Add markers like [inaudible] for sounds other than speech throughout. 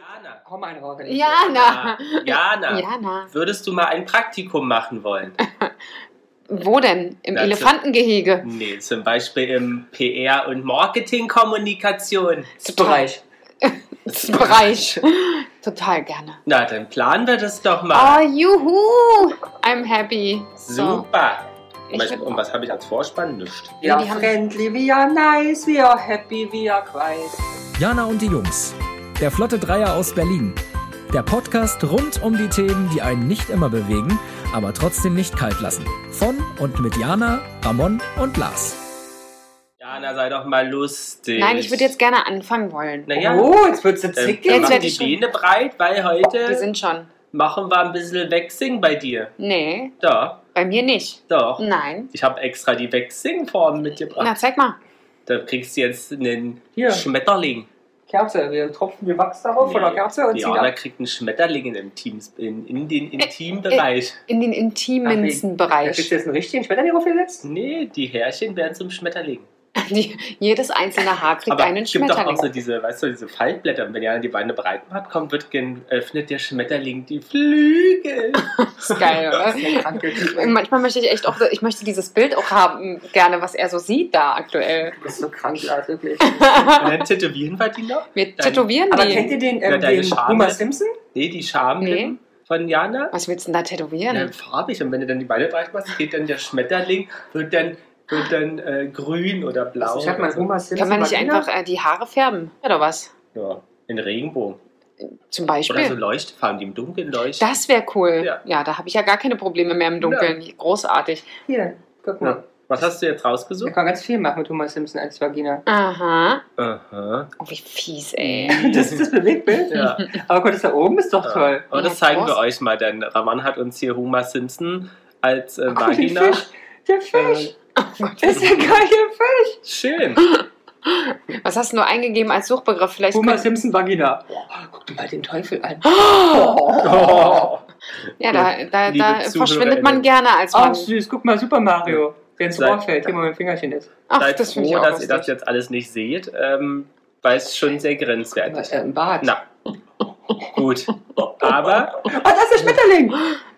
Jana, komm ein Rohr. Jana. [laughs] Jana, Jana. würdest du mal ein Praktikum machen [laughs] wollen? Wo denn? Im Na, [laughs] Elefantengehege. Nee, zum Beispiel im PR- und Marketingkommunikation. Bereich. Das Bereich. Total gerne. Na, dann planen wir das doch mal. Oh, juhu. I'm happy. So. Ah. Super. Ich Weißt du, bin- und was habe ich als Vorspann? Nichts. Wir die haben- friendly, wir nice, wir happy, wir quiet. Jana und die Jungs. Der Flotte Dreier aus Berlin. Der Podcast rund um die Themen, die einen nicht immer bewegen, aber trotzdem nicht kalt lassen. Von und mit Jana, Ramon und Lars. Jana, sei doch mal lustig. Nein, ich würde jetzt gerne anfangen wollen. Naja, Oh, jetzt wird's jetzt dann, zickig. dann Jetzt mach werd die ich schon- Beine breit, weil Die heute sind schon. machen wir ein bisschen Wechsing bei dir. Nee, Doch, bei mir nicht. doch. Nein. Ich habe extra die Wechsing-Form Na, mitgebracht. zeig mal. Da kriegst du jetzt einen Hier. Schmetterling. Kerze, wir tropfen wir Wachs darauf Nee. von der Kerze und ziehen Diana ab. kriegt einen Schmetterling in, dem Teams, in, in den Intimbereich. In den Ach, intimensten Da kriegst Bereich. du jetzt einen richtigen Schmetterling aufgesetzt? Nee, die Härchen werden zum Schmetterling. Die, jedes einzelne Haar kriegt Aber einen es gibt doch auch Schmetterling. so diese, weißt du, diese Faltblätter. Und Wenn Jana die Beine breit macht, kommt, wird gen, öffnet der Schmetterling die Flügel. Das ist [laughs] geil, oder? [laughs] Du Manchmal möchte ich echt auch, so- ich möchte dieses Bild auch haben, gerne, was er so sieht da aktuell. bist so krank, Lars, [laughs] wirklich. Und dann tätowieren wir die noch? Wir Dein- tätowieren Aber die. kennt ihr den, Ja, ähm, deine den Scham Homer ist- Simpson? Nee, die Schamlippen von Jana. Was willst du denn da Ja, tätowieren? farbig. Und wenn du dann die Beine breit machst, geht dann der Schmetterling, wird dann, wird dann äh, grün oder blau. Also Ich hab mal oder so. Homer Simpson. Kann man nicht Vagina. einfach äh, die Haare färben? Oder was? ja, in Regenbogen. Zum Oder so Beispiel. Leuchtfarben, die im Dunkeln leuchten. Das wäre cool. Ja. Ja, da habe ich ja gar keine Probleme mehr im Dunkeln. Großartig. Hier, guck mal. Ja. Was hast du jetzt Man rausgesucht? kann ganz viel machen mit Homer Simpson als [laughs] Vagina. Aha. Aha. Oh, wie fies, ey. Mhm. Das ist das Bewegtbild. [laughs] Ja. Aber guck, das da oben ist doch toll. Und das Ja, zeigen wir groß. euch mal, denn Raman hat uns hier Homer Simpson als äh, Guck mal, den Vagina. äh, Fisch. Der Fisch. Oh Gott. Das ist ja geil, der Fisch. Schön. Was hast du nur eingegeben als Suchbegriff? Vielleicht Homer könnt, Simpson Vagina. guck dir mal den Teufel an. [laughs] Oh. ja, da, da, Liebe da verschwindet ZuhörerInnen. man gerne als Ach Mann. süß, guck mal Super Mario. Der ins Seid- Rohr fällt, hier mal mit dem Fingerchen ist. Ach, Seid das finde ich froh, auch dass ihr das lustig. jetzt alles nicht seht, ähm, weil es schon sehr grenzwertig Was ist. ist im Bad? Äh, Na, gut. Aber Oh, das ist der Schmetterling!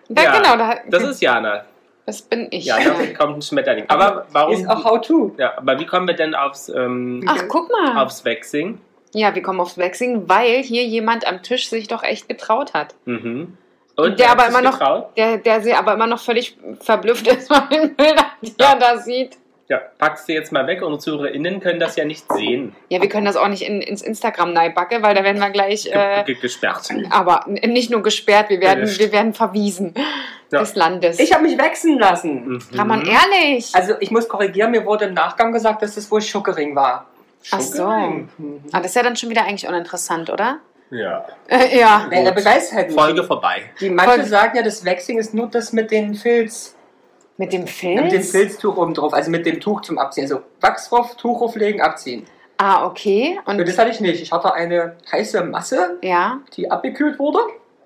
Ja, Ja, genau, da, das ist Jana. das bin ich. Jana [laughs] bekommt einen Schmetterling. Aber Ist auch warum? How To. Ja, aber wie kommen wir denn aufs, ähm, Ach, guck mal. aufs Waxing? Ja, wir kommen aufs Waxing, weil hier jemand am Tisch sich doch echt getraut hat. Mhm. Der hast aber du's immer noch- getraut? Der, der sie aber immer noch völlig verblüfft [laughs] ist von den Bildern, die er da sieht. Ja, packst du jetzt mal weg. Unsere ZuhörerInnen können das ja nicht sehen. Ja, wir können das auch nicht in, ins Instagram neibacke, weil da werden wir gleich. Äh, Ge- ge- Gesperrt. Mhm. aber n- nicht nur gesperrt, wir werden, wir werden verwiesen Ja. des Landes. Ich habe mich wechseln lassen. Mhm. Kann man ehrlich? Also ich muss korrigieren, mir wurde im Nachgang gesagt, dass das wohl Schuckering war. Ach so. Ah, Mhm. das ist ja dann schon wieder eigentlich uninteressant, oder? Ja. Äh, [laughs] ja. Der, der beweist halt nicht. Folge vorbei. Die manche Folge. sagen ja, das Waxing ist nur das mit den Filz, Mit dem mit dem Filz? Filztuch oben drauf, also mit dem Tuch zum Abziehen. Also Wachs drauf, Tuch auflegen, abziehen. Ah, okay. Und Und das hatte ich nicht. Ich hatte eine heiße Masse, ja. die abgekühlt wurde,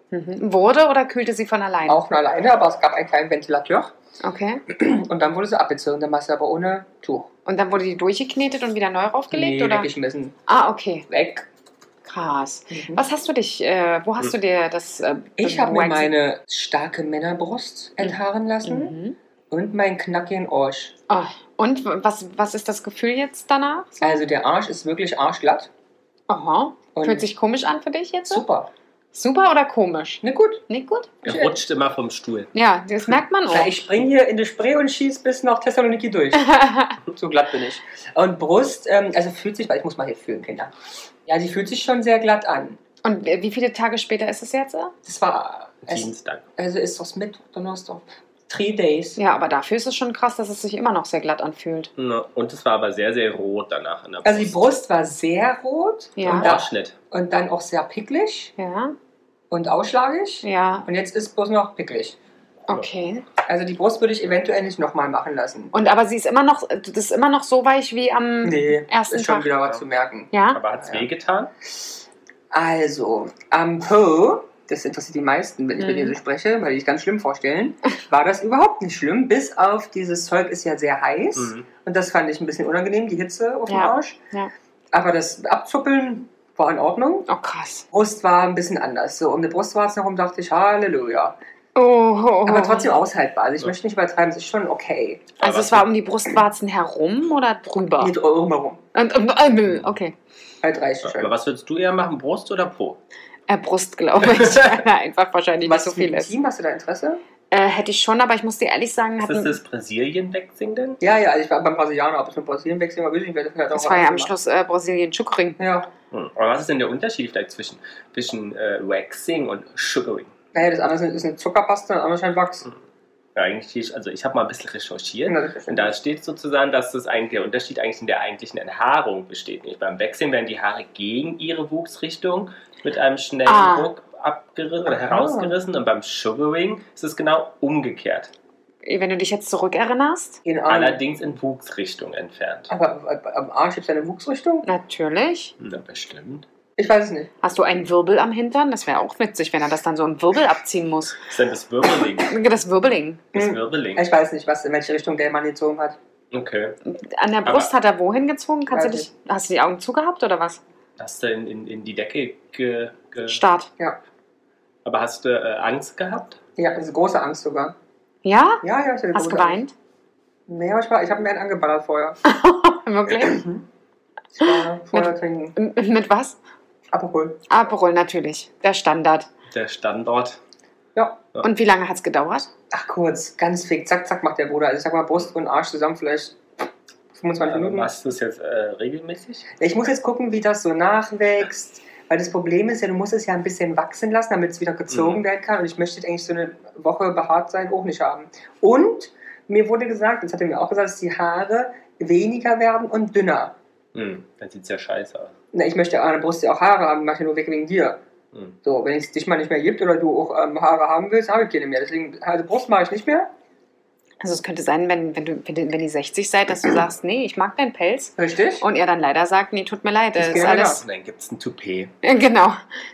Mhm. Wurde oder kühlte sie von allein? auch nur alleine, aber es gab einen kleinen Ventilateur. Okay. Und dann wurde sie abgezogen, der Masse, aber ohne Tuch. Und dann wurde die durchgeknetet und wieder neu raufgelegt, nee, oder? weggeschmissen. Ah, okay. Weg. Krass. Mhm. Was hast du dich, äh, wo hast du dir das äh, Hm. Ich habe mir Waxing- meine starke Männerbrust enthaaren lassen Mhm. und meinen knackigen Arsch. Oh. Und w- was, was ist das Gefühl jetzt danach? so? Also der Arsch ist wirklich arschglatt. Aha. Und- Fühlt sich komisch an für dich jetzt? Super. Super oder komisch? Na gut. Nicht gut? Er rutscht immer vom Stuhl. Ja, das merkt man Na, auch. ich spring hier in die Spree und schieß bis nach Thessaloniki [laughs] durch. so glatt bin ich. Und Brust, ähm, also fühlt sich, weil ich muss mal hier fühlen, Kinder. Ja, die fühlt sich schon sehr glatt an. Und w- wie viele Tage später ist es jetzt? äh? Das war, es, Dienstag. also ist das Mittwoch, Donnerstag, three days. Ja, aber dafür ist es schon krass, dass es sich immer noch sehr glatt anfühlt. Ja, Und es war aber sehr, sehr rot danach. An der Also die Brust war sehr rot Ja. und, Und da, Ausschnitt. und dann auch sehr picklig Ja, und ausschlagig. ja, Und jetzt ist bloß noch picklig. okay. Also die Brust würde ich eventuell nicht nochmal machen lassen. Und aber sie ist immer noch, das ist immer noch so weich wie am Nee, Hm. ersten ist schon Tag. wieder was zu merken. Ja, Aber hat es Ja. wehgetan? Also, am Po, das interessiert die meisten, wenn ich mit Mhm. dir so spreche, weil die es ganz schlimm vorstellen, [laughs] war das überhaupt nicht schlimm, bis auf dieses Zeug ist ja sehr heiß. Mhm. Und das fand ich ein bisschen unangenehm, die Hitze auf dem Ja, Arsch. ja. Aber das Abzuppeln war in Ordnung. Oh, krass. Brust war ein bisschen anders. So um die Brustwarzen herum dachte ich, Halleluja. Oh, oh, oh. Aber trotzdem aushaltbar. Also ich Ja. möchte nicht übertreiben, es ist schon okay. Also es war um die Brustwarzen herum oder drüber? Nicht drumherum. Und, äh, äh, okay. Halt reicht Aber schon. was würdest du eher machen, Brust oder Po? Äh, Brust, glaube ich. [laughs] Weil da Einfach wahrscheinlich Was nicht so ist mit viel dem ist. Team? Hast du da Interesse? Äh, hätte ich schon, aber ich muss dir ehrlich sagen, Ist das hatten, das Brasilien-Wechsing denn? Ja, ja, also ich war beim Brasilianer, ob ich mit Brasilien wechseln war, weiß ich nicht, wer das vielleicht auch das war ja am anders gemacht. Schluss äh, Brasilien Schuckring. Ja, Hm. Aber was ist denn der Unterschied vielleicht zwischen, zwischen äh, Waxing und Sugaring? naja, das andere ist eine Zuckerpaste, das andere scheint Mhm. Wachs. Ja, eigentlich, hier- also ich habe mal ein bisschen recherchiert. Ja, das ist Und schön. da steht sozusagen, dass das eigentlich der Unterschied eigentlich in der eigentlichen Enthaarung besteht. Nicht? Beim Wechseln werden die Haare gegen ihre Wuchsrichtung mit einem schnellen Ah. Druck abgerissen oder Aha. herausgerissen und beim Sugaring ist es genau umgekehrt. Wenn du dich jetzt zurückerinnerst, Keine Ahnung. Allerdings in Wuchsrichtung entfernt. Hm, Aber äh, am Arsch gibt es eine Wuchsrichtung? natürlich. Na, bestimmt. Ich weiß es nicht. Hast du einen Wirbel am Hintern? Das wäre auch witzig, wenn er das dann so im Wirbel abziehen muss. Ist denn das Wirbeling? [laughs] Das Wirbeling. Das Hm. Wirbeling. Ich weiß nicht, was, in welche Richtung der Mann gezogen hat. Okay. An der Aber- Brust hat er wohin gezogen? Kannst du Weiß dich, hast du die Augen zugehabt oder was? Hast du in, in, in die Decke ge, ge Start. Aber hast du äh, Angst gehabt? Ja, das ist große Angst sogar. Ja? Ja, ja, ich hatte Hast große geweint? Angst. Nee, aber ich, war- ich habe mir einen angeballert vorher. [laughs] Wirklich? Ich [laughs] war vorher trinken. M- Mit was? Aperol. Aperol natürlich. Der Standard. Der Standort. Ja. Und wie lange hat's gedauert? Ach, kurz. Ganz fix. Zack, zack macht der Bruder. Also ich sag mal, Brust und Arsch zusammen vielleicht 25 Äh, Minuten. machst du es jetzt äh, regelmäßig? Ich muss jetzt gucken, wie das so nachwächst. Weil das Problem ist ja, du musst es ja ein bisschen wachsen lassen, damit es wieder gezogen Mhm. werden kann. Und ich möchte eigentlich so eine Woche behaart sein auch nicht haben. Und mir wurde gesagt, das hat er mir auch gesagt, dass die Haare weniger werden und dünner. Hm, dann sieht es ja scheiße aus. Na, ich möchte an der Brust ja auch Haare haben, mache ja nur weg wegen dir. Hm. So, wenn es dich mal nicht mehr gibt oder du auch ähm, Haare haben willst, habe ich keine mehr. Deswegen, also Brust mache ich nicht mehr. Also es könnte sein, wenn, wenn, du, wenn, du- wenn ihr 60 [clears throat] seid, dass du sagst, nee, ich mag deinen Pelz. Richtig. Und er dann leider sagt, nee, tut mir leid, Das das ist geht alles. Und dann gibt es ein Toupet. Ja, Genau.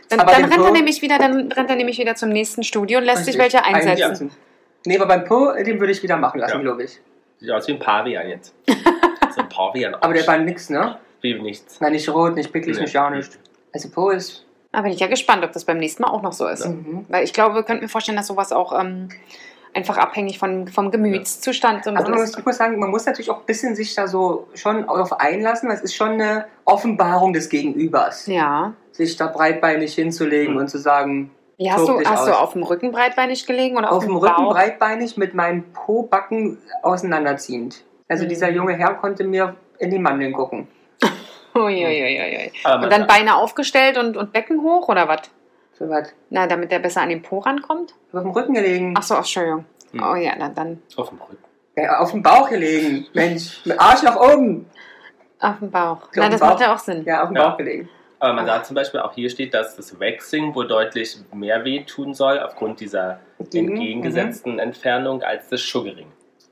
Dann, Aber dann den rennt er Wurm- nämlich wieder, dann rennt er nämlich wieder zum nächsten Studio und lässt sich welche Richtig. einsetzen. Nee, aber beim Po, den würde ich wieder machen lassen, Ja. glaube ich. Sieht aus wie ein Pavian [laughs] jetzt. so ein Pavian. Aber der war nix, ne? Wie nichts. Nein, nicht rot, nicht picklig, Nee. nicht ja nicht. Also Po ist. Da bin ich ja gespannt, ob das beim nächsten Mal auch noch so ist. Mhm. Weil ich glaube, könnt mir vorstellen, dass sowas auch ähm, einfach abhängig von, vom Gemütszustand und Aber man so muss, ist. ich muss sagen, man muss natürlich auch ein bisschen sich da so schon darauf einlassen, weil es ist schon eine Offenbarung des Gegenübers, Ja. sich da breitbeinig hinzulegen Mhm. und zu sagen, Wie hast Tob du, dich hast du aus. auf dem Rücken breitbeinig gelegen oder auf, auf dem Rücken Bauch? breitbeinig mit meinen Po-Backen auseinanderziehend. Also Mhm. dieser junge Herr konnte mir in die Mandeln gucken. Uiuiuiui. Aber man- Und dann Beine aufgestellt und, und Becken hoch oder was? So was. Na, damit der besser an den Po rankommt? Auf dem Rücken gelegen, Achso, Entschuldigung. Hm. Mhm. Oh ja, na, dann auf dem Rücken. ja, auf dem Bauch gelegen, Mensch, mit Arsch nach oben. auf dem Bauch. Ja, Na, auf dem das macht Bauch. ja auch Sinn. Ja, auf dem Ja. Bauch gelegen. Aber man sagt zum Beispiel, auch hier steht, dass das Waxing wohl deutlich mehr wehtun soll, aufgrund dieser Gegen- mhm. entgegengesetzten Entfernung, als das Sugaring.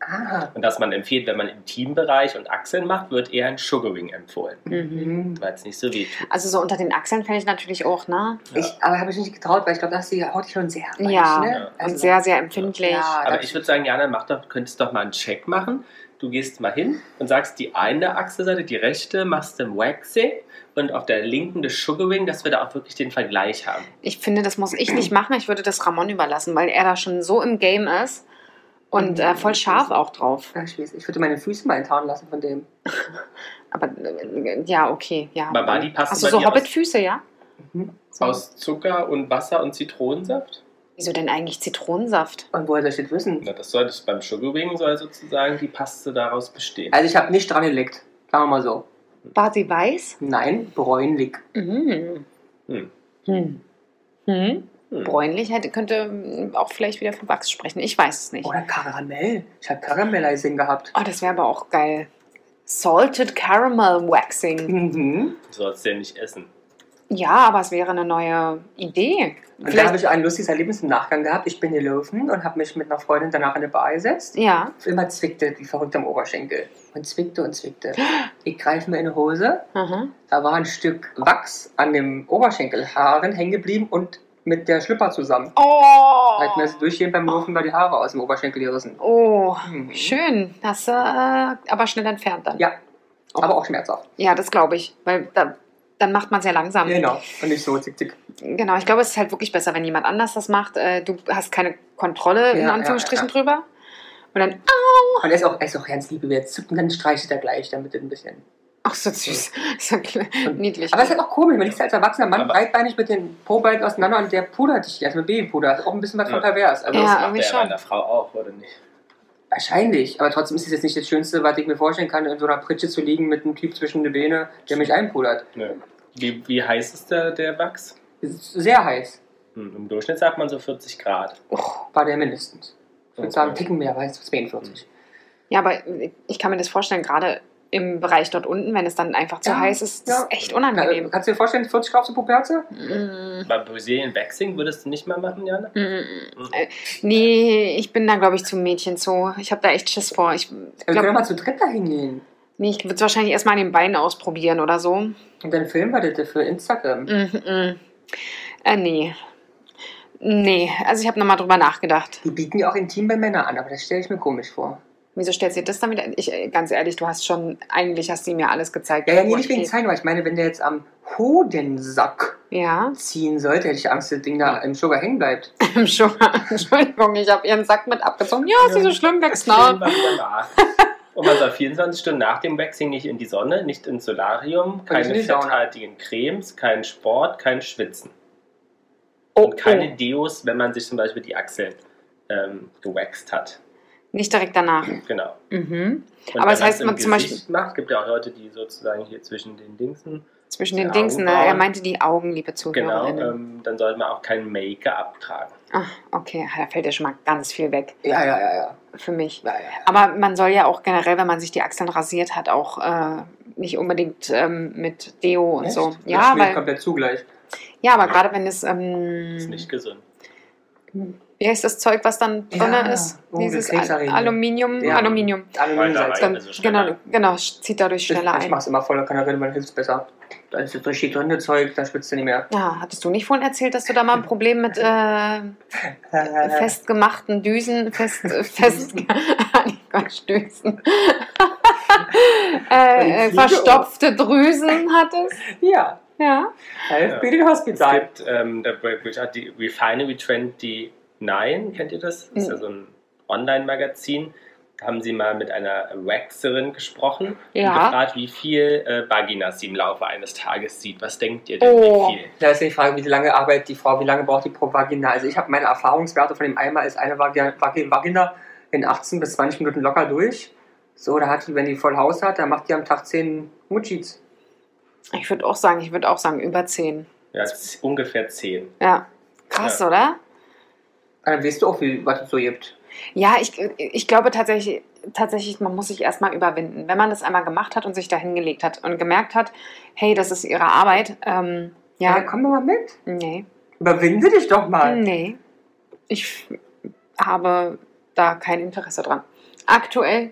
Ah. Und dass man empfiehlt, wenn man im Teambereich und Achseln macht, wird eher ein Sugaring empfohlen, Mhm. weil es nicht so wehtut. Also so unter den Achseln fände ich natürlich auch, ne? Ja. Ich, aber habe ich nicht getraut, weil ich glaube, da ist die Haut schon sehr weich, Ja. Ja. ne? und sehr, sehr empfindlich. Ja, Aber das- ich würde sagen, Jana, mach doch, könntest doch mal einen Check machen. Du gehst mal hin und sagst, die eine Achselseite, die rechte, machst du im Waxing und auf der linken das Sugaring, dass wir da auch wirklich den Vergleich haben. Ich finde, das muss ich nicht machen. Ich würde das Ramon überlassen, weil er da schon so im Game ist und Mhm. äh, voll scharf auch drauf. Ach, ich weiß, ich würde meine Füße mal enttarnen lassen von dem. Aber äh, ja, okay, ja. Bei Badi passt Achso, bei so dir Hobbitfüße, ja? Mhm. aus, aus Zucker und Wasser und Zitronensaft? Wieso denn eigentlich Zitronensaft? Und woher soll ich das wissen? Na, das soll das beim Sugaring soll sozusagen die Paste daraus bestehen. Also ich habe nicht dran geleckt. Sagen wir mal so. Badi weiß? Nein, bräunlich. Mhm. Hm. Hm. Hm. Hm. Bräunlich hätte, könnte mm, auch vielleicht wieder von Wachs sprechen. Ich weiß es nicht. Oder Karamell. Ich habe Karamellising gehabt. Oh, das wäre aber auch geil. Salted Caramel Waxing. Mhm. Du sollst ja nicht essen. Ja, aber es wäre eine neue Idee. Und da habe Vielleicht. ich ein lustiges Erlebnis im Nachgang gehabt. Ich bin gelaufen und habe mich mit einer Freundin danach an eine Bar gesetzt. Ja. Auf Immer zwickte wie verrückt am Oberschenkel. Und zwickte und [gasps] zwickte. Ich greife mir in die Hose. Aha. Da war ein Stück Wachs an dem Oberschenkelhaaren hängen geblieben und mit der Schlipper zusammen. Oh. Hat mir das durchgehend beim Laufen bei die Haare aus dem Oberschenkel gerissen. Oh, Mhm. schön. Das äh, aber schnell entfernt dann. Ja. Aber auch schmerzhaft. Ja, das glaube ich. Weil da, dann macht man es ja langsam. Genau. Und nicht so tick, tick. Genau, ich glaube, es ist halt wirklich besser, wenn jemand anders das macht. Äh, Du hast keine Kontrolle in Ja, Anführungsstrichen ja, drüber. Und dann, Oh. Und er ist auch, er ist auch ganz lieb, wie er zuckt und dann streichelt er gleich, damit es ein bisschen. ach so süß, [laughs] so kle- niedlich. Aber es ist halt auch komisch, man liegt als erwachsener Mann Aber- breitbeinig mit den Po-Beinen auseinander und der pudert dich, also mit Babypuder. Ist auch ein bisschen was von Ja. pervers. Also das Ja, macht irgendwie der schon. bei einer Frau auch, oder nicht? Wahrscheinlich, aber trotzdem ist es jetzt nicht das Schönste, was ich mir vorstellen kann, in so einer Pritsche zu liegen mit einem Typ zwischen den Beine, der mich einpudert. Nö. Wie, wie heiß ist der, der Wachs? Es ist sehr heiß, Hm, Im Durchschnitt sagt man so 40 Grad. war der mindestens. Ich würde sagen, einen Okay. Ticken mehr, weiß 42. ja, aber ich kann mir das vorstellen, gerade im Bereich dort unten, wenn es dann einfach zu Ja, heiß ist, das ja. ist echt Na, äh, unangenehm. kannst du dir vorstellen, 40 Grad auf pro Kerze? Mm, Bei Brazilian Waxing würdest du nicht mal machen, Jana? mm, äh, Nee, ich bin da, glaube ich, zu Mädchen zu. Ich habe da echt Schiss vor. Ich Also Wir können doch glaube, mal zu dritt da hingehen. nee, ich würde es wahrscheinlich erstmal an den Beinen ausprobieren oder so. Und dann filmen wir das ja für Instagram. Mhm. Äh, nee. Nee, also ich habe nochmal drüber nachgedacht. Die bieten ja auch intim bei Männern an, aber das stelle ich mir komisch vor. Wieso stellst du dir das dann wieder? Ich, äh, ganz ehrlich, du hast schon, eigentlich hast du mir alles gezeigt. Ja, ja, nee, wo nicht ich wegen geh. Zeigen, weil ich meine, wenn der jetzt am Hodensack Ja, [laughs] ziehen sollte, hätte ich Angst, dass das Ding Hm. da im Sugar hängen bleibt. im Schuber. Entschuldigung, ich habe ihren Sack mit abgezogen. Ja, ist nicht so schlimm, wächst nach. [laughs] Und man soll 24 Stunden nach dem Waxing nicht in die Sonne, nicht ins Solarium, nicht keine in die Sauna. fetthaltigen Cremes, keinen Sport, kein Schwitzen. Oh, Und keine oh. Deos, wenn man sich zum Beispiel die Achseln ähm, gewaxt hat. Nicht direkt danach. Genau. Mhm. Und Aber wenn es heißt, im man zum Gesicht macht, gibt ja auch Leute, die sozusagen hier zwischen den Dingsen, Zwischen Die den Dingsen, ne? Augenbrauen. er meinte die Augen, liebe genau, Zuhörerinnen. ähm, dann sollte man auch kein Make-up tragen. Ah, okay, da fällt ja schon mal ganz viel weg Ja, ja, ja, ja. für mich. ja, ja. Aber man soll ja auch generell, wenn man sich die Achseln rasiert hat, auch äh, nicht unbedingt ähm, mit Deo und Echt? so. das Ja, Schmied weil, kommt ja zugleich. ja aber gerade wenn es. Ist Ähm, nicht gesund. wie heißt das Zeug, was dann Ja, drin ist? oh, Dieses Gekrebserregend. Al Aluminium. Ja. Aluminium. Weil da Aluminiumsalz. rein, Dann, also schneller. genau, genau, zieht dadurch Ich, schneller ich ein. mach's immer voller Kanarin, weil hilft's besser. Da ist das richtig drin, das Zeug, da schwitzt du nicht mehr. Ja, hattest du nicht vorhin erzählt, dass du da mal ein Problem mit äh, festgemachten Düsen, [laughs] fest, fest [laughs] Ah, Quatsch, Düsen. äh, Fliege äh, auch. verstopfte Drüsen hattest? Ja, Ja. helft Ja. mir den Es Hospital. gibt ähm, der, die Refinery 29, kennt ihr das? Das ist Mhm. ja so ein Online-Magazin. Da haben sie mal mit einer Waxerin gesprochen und Ja. gefragt, wie viel äh, Vaginas sie im Laufe eines Tages sieht. Was denkt ihr denn, Oh. wie viel? Da ist die Frage, wie lange arbeitet die Frau, wie lange braucht die pro Vagina? Also ich habe meine Erfahrungswerte von dem einmal ist eine Vagina, Vagina in 18 bis 20 Minuten locker durch. So, da hat die, wenn die voll Haus hat, dann macht die am Tag 10 Mutschis. Ich würde auch sagen, ich würde auch sagen, über 10. Ja, z- ungefähr 10. Ja. Krass, Ja. oder? Dann weißt du auch, wie, was es so gibt. Ja, ich, ich glaube tatsächlich, tatsächlich, man muss sich erstmal überwinden. Wenn man das einmal gemacht hat und sich da hingelegt hat und gemerkt hat, hey, das ist ihre Arbeit, ähm, Ja, ja, Hm. dann komm doch mal mit. nee, Überwinde dich doch mal. nee, ich habe da kein Interesse dran. Aktuell.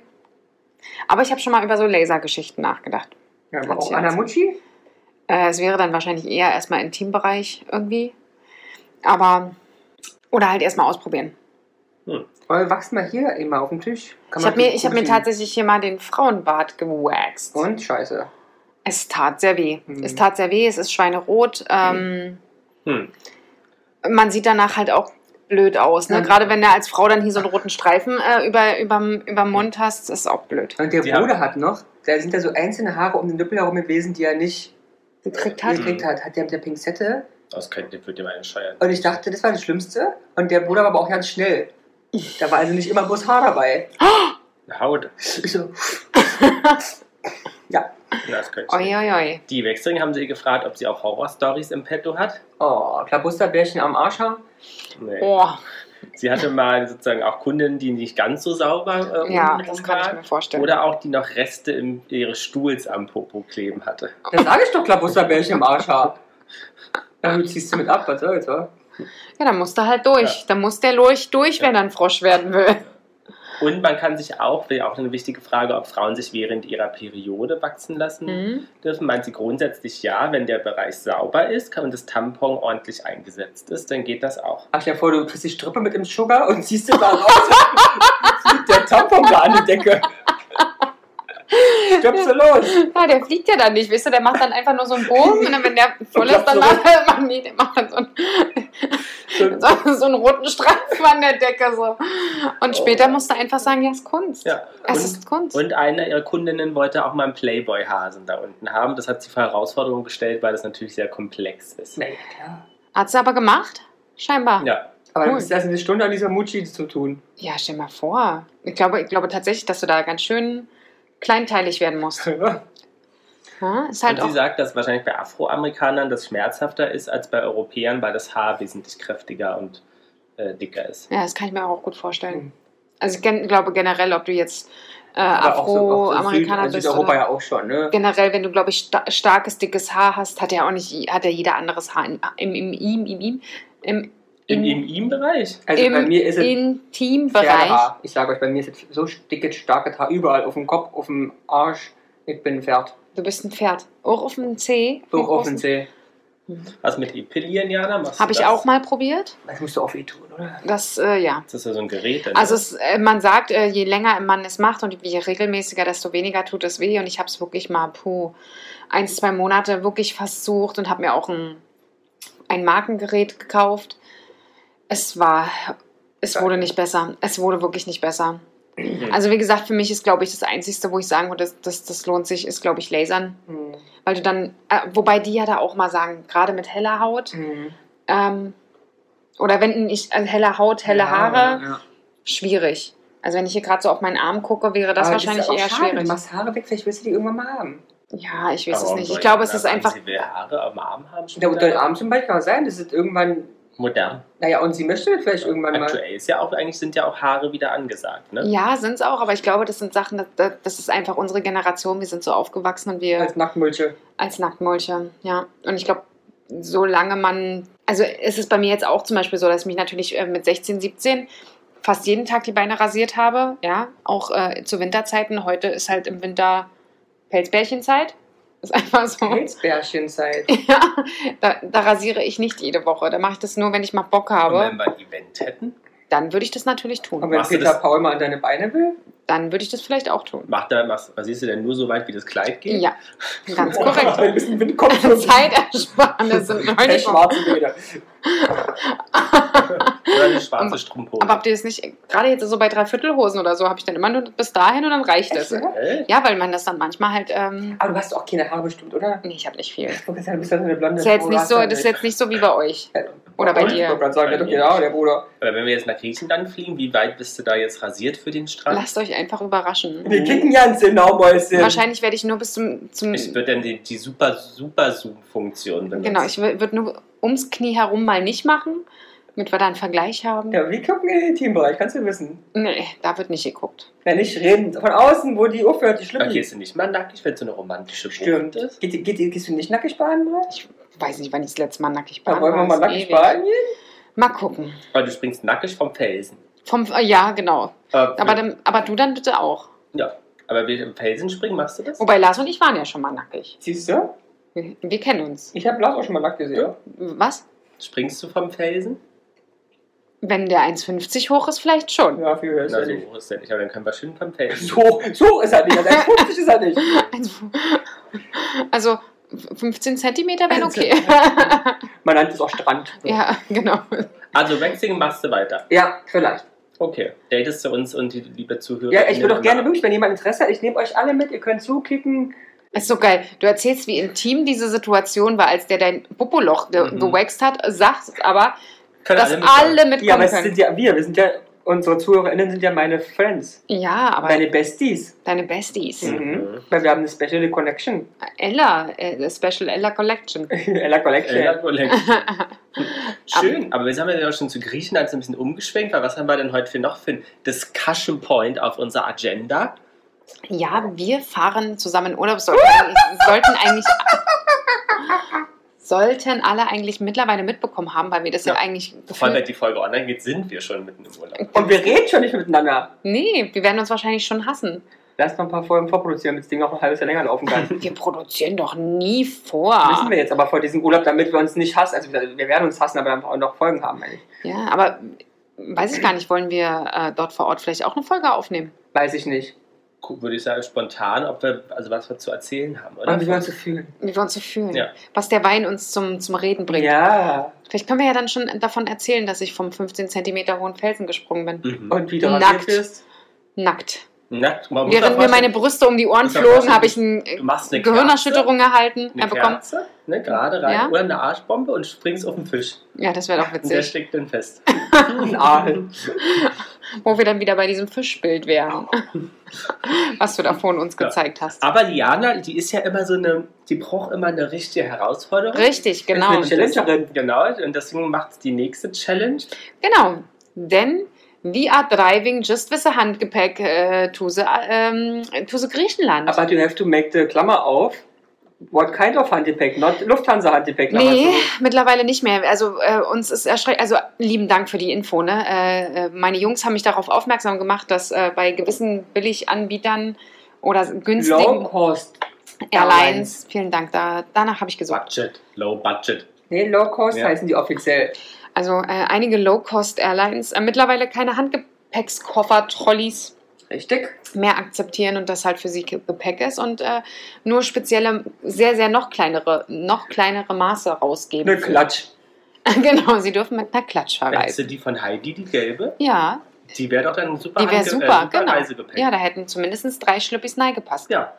Aber ich habe schon mal über so Lasergeschichten nachgedacht. Ja, aber Hat auch sie Anna erzählt. Mutschi? Äh, es wäre dann wahrscheinlich eher erstmal Intimbereich irgendwie. Aber, oder halt erstmal ausprobieren. Voll, wachs mal hier immer auf dem Tisch. Kann man Ich habe mir, ich hab mir gut tatsächlich hier mal den Frauenbart gewaxt. sehen. Und scheiße. Es tat sehr weh. Hm. Es tat sehr weh, es ist schweinerot. Ähm, Hm. Man sieht danach halt auch blöd aus. Ne? Ja. Gerade wenn du als Frau dann hier so einen roten Streifen äh, über, überm, überm Mund hast, ist auch blöd. Und der Die haben- Bruder hat noch, da sind ja so einzelne Haare um den Nippel herum gewesen, die er nicht Gekriegt hat. gekriegt hat. Hat der mit der Pinzette Das könnte, würde man scheuern. Und ich dachte, das war das Schlimmste. Und der Bruder war aber auch ganz schnell. Da war also nicht immer bloß Haar dabei. Haut. Ich so, Das könnte Oh, ich nicht. Uiuiui. Die Waxerin haben sie gefragt, ob sie auch Horror-Stories im Petto hat. oh, Klabusterbärchen am Arsch haben. Nee. Oh, Sie hatte mal sozusagen auch Kunden, die nicht ganz so sauber äh, ja, unten das kann ich waren. mir vorstellen. Oder auch die noch Reste im, ihres Stuhls am Popo kleben hatte. Dann sage ich doch Klabusterbärchen am Arsch haben. Na, du ziehst du mit ab, was soll's, wa? Ja, dann musst du halt durch. Dann muss der Lurch durch, wenn Ja. er ein Frosch werden will. Und man kann sich auch, wäre auch eine wichtige Frage, ob Frauen sich während ihrer Periode wachsen lassen Hm? dürfen. Meint sie grundsätzlich ja, wenn der Bereich sauber ist kann- und das Tampon ordentlich eingesetzt ist, dann geht das auch. Ach ja, vor, du kriegst die Strippe mit dem Sugar und ziehst [laughs] du da raus. Jetzt liegt der Tampon da an die Decke. stirbst du los. Ja, der fliegt ja dann nicht, weißt du, der macht dann einfach nur so einen Bogen und dann, wenn der voll ist, klappt dann zurück. [laughs] macht er macht nie- der macht dann so einen, So, [laughs] so, so einen roten Streifen an der Decke. So. Und später Oh. musst du einfach sagen, ja, es ist Kunst. Ja. Es Und- ist Kunst. Und eine ihrer Kundinnen wollte auch mal einen Playboy-Hasen da unten haben. Das hat sie vor Herausforderungen gestellt, weil das natürlich sehr komplex ist. Na ja, klar. Hat sie aber gemacht? Scheinbar. Ja, Ja, Aber Cool. dann ist das eine Stunde an dieser Mutschi zu tun. [laughs] stell mal vor. Ich glaube, ich glaube tatsächlich, dass du da ganz schön kleinteilig werden musst. Ja, ist halt und auch. sie sagt, dass wahrscheinlich bei Afroamerikanern das schmerzhafter ist als bei Europäern, weil das Haar wesentlich kräftiger und äh, dicker ist. Ja, das kann ich mir auch gut vorstellen. Mhm. Also ich gen- glaube generell, ob du jetzt äh, Aber auch so- auch so Afroamerikaner Süd- also bist Südeuropa oder ja auch schon, ne? generell, wenn du glaube ich sta starkes dickes Haar hast, hat ja auch nicht hat ja jeder anderes Haar im im im im im, im, im, Im, im im Ihm-Bereich? Also bei mir ist es Intimbereich. Pferdehaar. Ich sage euch, bei mir ist es so dickes, starkes Haar überall. Auf dem Kopf, auf dem Arsch. Ich bin ein Pferd. Du bist ein Pferd. Auch auf dem C. So auf den See. Was mit Epilieren, Jana? Machst du Habe ich das? auch mal probiert. Das musst du auch weh tun, oder? Das, äh, ja. Das ist ja so ein Gerät. ne? Dann Also es, äh, man sagt, äh, je länger ein Mann es macht und je regelmäßiger, desto weniger tut es weh. Und ich habe es wirklich mal, puh, ein, zwei Monate wirklich versucht und habe mir auch ein, ein Markengerät gekauft. Es war, es wurde nicht besser. Es wurde wirklich nicht besser. Mhm. Also wie gesagt, für mich ist, glaube ich, das Einzige, wo ich sagen würde, das, das, das lohnt sich, ist, glaube ich, Lasern. Mhm. Weil du dann, äh, wobei die ja da auch mal sagen, gerade mit heller Haut, Mhm. ähm, oder wenn nicht äh, helle Haut, helle Ja, Haare, ja. schwierig. Also wenn ich hier gerade so auf meinen Arm gucke, wäre das Aber wahrscheinlich ist ja auch eher schade. Du schwierig. machst Haare weg, vielleicht willst du die irgendwann mal haben. Ja, ich weiß Warum es nicht. soll Ich glaube, einer es ist sagen, einfach. Sie will Haare am Arm haben. Der später? unter den Arm zum Beispiel kann auch sein, das ist irgendwann, Modern. naja, und sie möchte das vielleicht irgendwann mal. Aktuell ist ja auch, eigentlich sind ja auch Haare wieder angesagt. Ne? Ja, sind es auch, aber ich glaube, das sind Sachen, das- das, das ist einfach unsere Generation. Wir sind so aufgewachsen und wir Als Nacktmulche. als Nacktmulche, ja. Und ich glaube, solange man. Also es ist bei mir jetzt auch zum Beispiel so, dass ich mich natürlich äh, mit 16, 17 fast jeden Tag die Beine rasiert habe, ja. Auch äh, zu Winterzeiten. Heute ist halt im Winter Pelzbärchenzeit. Ist einfach so. [laughs] Pilzbärchenzeit. Ja, da, da rasiere ich nicht jede Woche. Da mache ich das nur, wenn ich mal Bock Und habe. wenn wir ein Event hätten, Dann würde ich das natürlich Und wenn tun. Machst du Peter das- Paul mal an deine Beine will, Dann würde ich das vielleicht auch tun. macht da, machst, was siehst du denn nur so weit, wie das Kleid geht? Ja, [laughs] ganz Boah, korrekt. halt Ein bisschen Windkopf. Zeitersparnis sind [laughs] Hey, neulich. schwarze Bilder. Oder eine schwarze Aber- Strumpfhose. Aber habt ihr das nicht, gerade jetzt so bei Dreiviertelhosen oder so, habe ich dann immer nur bis dahin und dann reicht es. Aber Äh? Ja, weil man das dann manchmal halt, ähm, du hast auch keine Haare bestimmt, oder? nee, ich habe nicht viel. Ich wollte sagen, Du bist ja so eine blonde Das ist, ja jetzt Frau, nicht hast so, ja das ist nicht. jetzt nicht so wie bei euch. Oder bei Und? Ich dir. wollte gerade sagen, der hat doch genau, der Bruder. Aber wenn wir jetzt nach Griechenland fliegen, wie weit bist du da jetzt rasiert für den Strand? Lasst euch einfach überraschen. Wir kicken ja ins Mäuschen. Wahrscheinlich werde ich nur bis zum, zum Ich würde dann die, die super, super Zoom-Funktion benutzen. genau, ich würde nur ums Knie herum mal nicht machen, damit wir da einen Vergleich haben. Ja, wir gucken in den Teambereich, kannst du wissen. Nee, da wird nicht geguckt. Wenn ich reden, von außen, wo die aufhört, die Da Schlüppel. gehst du nicht mal nackig, wenn es so eine romantische Bucht Stimmt. ist. Geht, geht, gehst du nicht nackig baden mal? Ich weiß nicht, wann ich das letzte Mal nackig Da baden wollen wir war. mal Ist nackig ewig. baden gehen? Mal gucken. Weil du springst nackig vom Felsen. Vom, äh, ja, genau. Aber, Aber, dann, aber du dann bitte auch. ja. aber wir im Felsen springen, machst du das? Wobei Lars und ich waren ja schon mal nackig. Siehst du? Wir, wir kennen uns. Ich habe Lars auch schon mal nackt gesehen. Was? Springst du vom Felsen? Wenn der 1,50 hoch ist, vielleicht schon. Ja, viel höher ist Na, er so nicht. hoch ist der nicht, aber dann können wir schön vom Felsen. So hoch, so hoch ist er nicht. Also 1,50 ist er nicht. Also 15 Zentimeter wären okay. [laughs] Man nennt es auch Strand. ja, genau. Also Waxing machst du weiter. Ja, vielleicht. Okay. Datest du uns und die liebe Zuhörer. Ja, ich würde auch gerne wirklich, wenn jemand Interesse hat, ich nehme euch alle mit, ihr könnt zukicken. Ist so geil. Du erzählst, wie intim diese Situation war, als der dein Popoloch ge Mhm. gewaxt hat, sagst aber, Können dass alle mitmachen. alle mitkommen Ja, aber es können. sind ja wir, wir sind ja, unsere ZuhörerInnen sind ja meine Friends, Ja, aber meine Besties. deine Besties. Mhm. Äh, Weil wir haben eine Special Connection. [laughs] Ella, äh, Special Ella Collection. Ella Collection. Äh, [laughs] ja, Collection. Schön, aber jetzt haben wir ja auch schon zu Griechenland so ein bisschen umgeschwenkt, weil was haben wir denn heute für noch für ein Discussion Point auf unserer Agenda? Ja, wir fahren zusammen in Urlaub. Sollten, sollten eigentlich. Sollten alle eigentlich mittlerweile mitbekommen haben, weil wir das ja, Ja. eigentlich. Bevor wir die Folge online geht, sind wir schon mitten im Urlaub. Und wir reden schon nicht miteinander. Nee, wir werden uns wahrscheinlich schon hassen. Lass mal ein paar Folgen vorproduzieren, damit das Ding auch ein halbes Jahr länger laufen kann. Wir produzieren doch nie vor. Müssen wir jetzt aber vor diesem Urlaub, damit wir uns nicht hassen. Also wir werden uns hassen, aber dann auch noch Folgen haben, eigentlich. Ja, aber weiß ich gar nicht, wollen wir äh, dort vor Ort vielleicht auch eine Folge aufnehmen? Weiß ich nicht. gu- würde ich sagen, spontan, ob wir, also was wir zu erzählen haben, oder? Und wie wir uns so fühlen. Wie wir uns so fühlen. Ja. Was der Wein uns zum, zum Reden bringt. Ja. Vielleicht können wir ja dann schon davon erzählen, dass ich vom 15 cm hohen Felsen gesprungen bin. Mhm. Und wie du Nackt. rasiert bist. Nackt. Nackt, man muss Während doch mir vorstellen, meine Brüste um die Ohren Muss doch flogen, vorstellen, habe ich ein, äh, du machst eine Gehirnerschütterung erhalten. Kerze, Er eine bekommt. Kerze, ne, gerade rein, Ja. oder eine Arschbombe und springst auf den Fisch. Ja, das wäre doch Und der witzig. steckt dann fest. Ein Aal. Wo wir dann wieder bei diesem Fischbild wären. [laughs] Was du da vorhin uns Genau. Ja. gezeigt hast. Aber Liana, die ist ja immer so eine, die braucht immer eine richtige Herausforderung. Richtig, genau. Eine Challengerin. Genau, und deswegen macht die nächste Challenge. Genau. Denn we are driving just with a Handgepäck äh, to, the, ähm, to the Griechenland. Aber du have to make the Klammer auf. What kind of Handgepäck? Not Lufthansa Handgepäck. Klammer Nee, zu. mittlerweile nicht mehr. Also äh, uns ist erschreckt, also lieben Dank für die Info. Ne? Äh, äh, meine Jungs haben mich darauf aufmerksam gemacht, dass äh, bei gewissen Billiganbietern oder günstigen Low Cost. Airlines, vielen Dank, da, danach habe ich gesucht. Budget, Low Budget. Nee, Low Cost Ja. heißen die offiziell. Also äh, einige Low-Cost-Airlines äh, mittlerweile keine Handgepäckskoffer, Trolleys Richtig? mehr akzeptieren und das halt für sie Ge- Gepäck ist und äh, nur spezielle, sehr, sehr noch kleinere, noch kleinere Maße rausgeben. Eine Klatsch. [laughs] genau, sie dürfen mit einer Klatsch Weißt du verreisen. die von Heidi, die gelbe? Ja, Die wäre doch dann ein super, Die wäre Handge- super, äh, super genau. Reisegepäck. Ja, da hätten zumindest drei Schlüppis nein gepasst. Ja.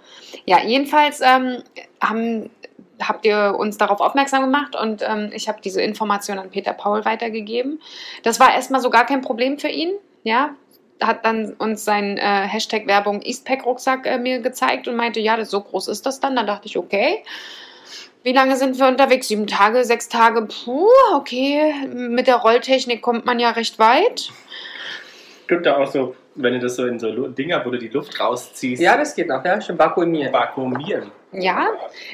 Ja, jedenfalls ähm, haben, habt ihr uns darauf aufmerksam gemacht und ähm, ich habe diese Information an Peter Paul weitergegeben. Das war erstmal so gar kein Problem für ihn. Ja, hat dann uns sein äh, Hashtag Werbung Eastpack-Rucksack äh, mir gezeigt und meinte, ja, das, so groß ist das dann. Dann dachte ich, okay. Wie lange sind wir unterwegs? Sieben Tage, sechs Tage? Puh, okay. Mit der Rolltechnik kommt man ja recht weit. Gibt da auch so, wenn du das so in so Lu- Dinger, wo du die Luft rausziehst, Ja, das geht noch, ja. Schon vakuumieren. vakuumieren. Ja,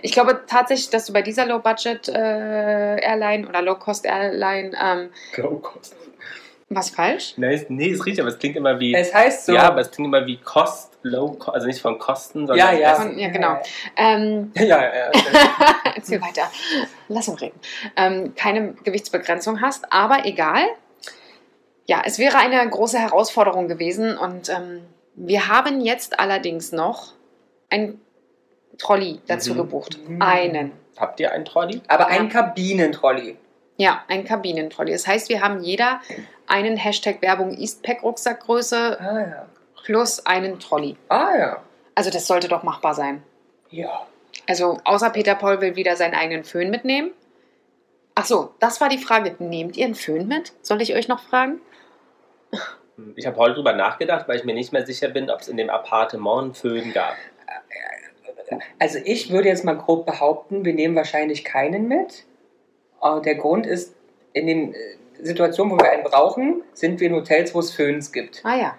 ich glaube tatsächlich, dass du bei dieser Low-Budget-Airline oder Low-Cost-Airline ähm, Low Cost. was falsch? Nee, ist- nee, ist richtig, aber es klingt immer wie. Es heißt so. Ja, aber es klingt immer wie Cost, Low Cost, also nicht von Kosten, sondern ja, ja. Essen. Von- ja, genau. Ähm, [laughs] Ja, ja, ja. Mhm. erzähl weiter. Lass uns reden. Ähm, keine Gewichtsbegrenzung hast, aber egal. Ja, es wäre eine große Herausforderung gewesen und ähm, wir haben jetzt allerdings noch ein Trolley dazu Mhm. gebucht. Mhm. Einen. Habt ihr einen Trolley? Aber ein Kabinentrolley. Ja, ein Kabinentrolley. Das heißt, wir haben jeder einen Hashtag Werbung Eastpack Rucksackgröße Ah ja. plus einen Trolley. Ah ja. Also das sollte doch machbar sein. Ja. Also außer Peter Paul will wieder seinen eigenen Föhn mitnehmen. Ach so, das war die Frage. Nehmt ihr einen Föhn mit? Soll ich euch noch fragen? Hm, Ich habe heute drüber nachgedacht, weil ich mir nicht mehr sicher bin, ob es in dem Appartement einen Föhn gab. Also ich würde jetzt mal grob behaupten, wir nehmen wahrscheinlich keinen mit. Äh, Der Grund ist, in den äh, Situationen, wo wir einen brauchen, sind wir in Hotels, wo es Föhns gibt. Ah ja.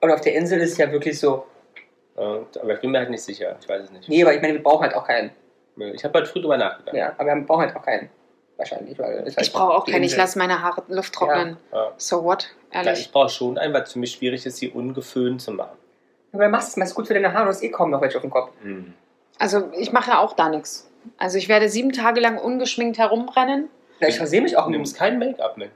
Und auf der Insel ist es ja wirklich so, Äh, Aber ich bin mir halt nicht sicher. Ich weiß es nicht. nee, aber ich meine, wir brauchen halt auch keinen. Ich habe heute früh drüber nachgedacht. Ja, aber wir brauchen halt auch keinen. Wahrscheinlich. Weil es halt Ich brauche auch die keinen. Ich Insel. lasse meine Haare Luft trocknen. Ja. So what? Ja, Ehrlich. ich brauche schon einen, weil es für mich schwierig ist, sie ungeföhnt zu machen. Aber dann machst du es gut für deine Haare, du hast eh kaum noch welche auf dem Kopf. Hm. Also ich mache auch da nichts. Also ich werde sieben Tage lang ungeschminkt herumrennen. Na, ich rasiere mich auch Du nicht. nimmst kein Make-up mit.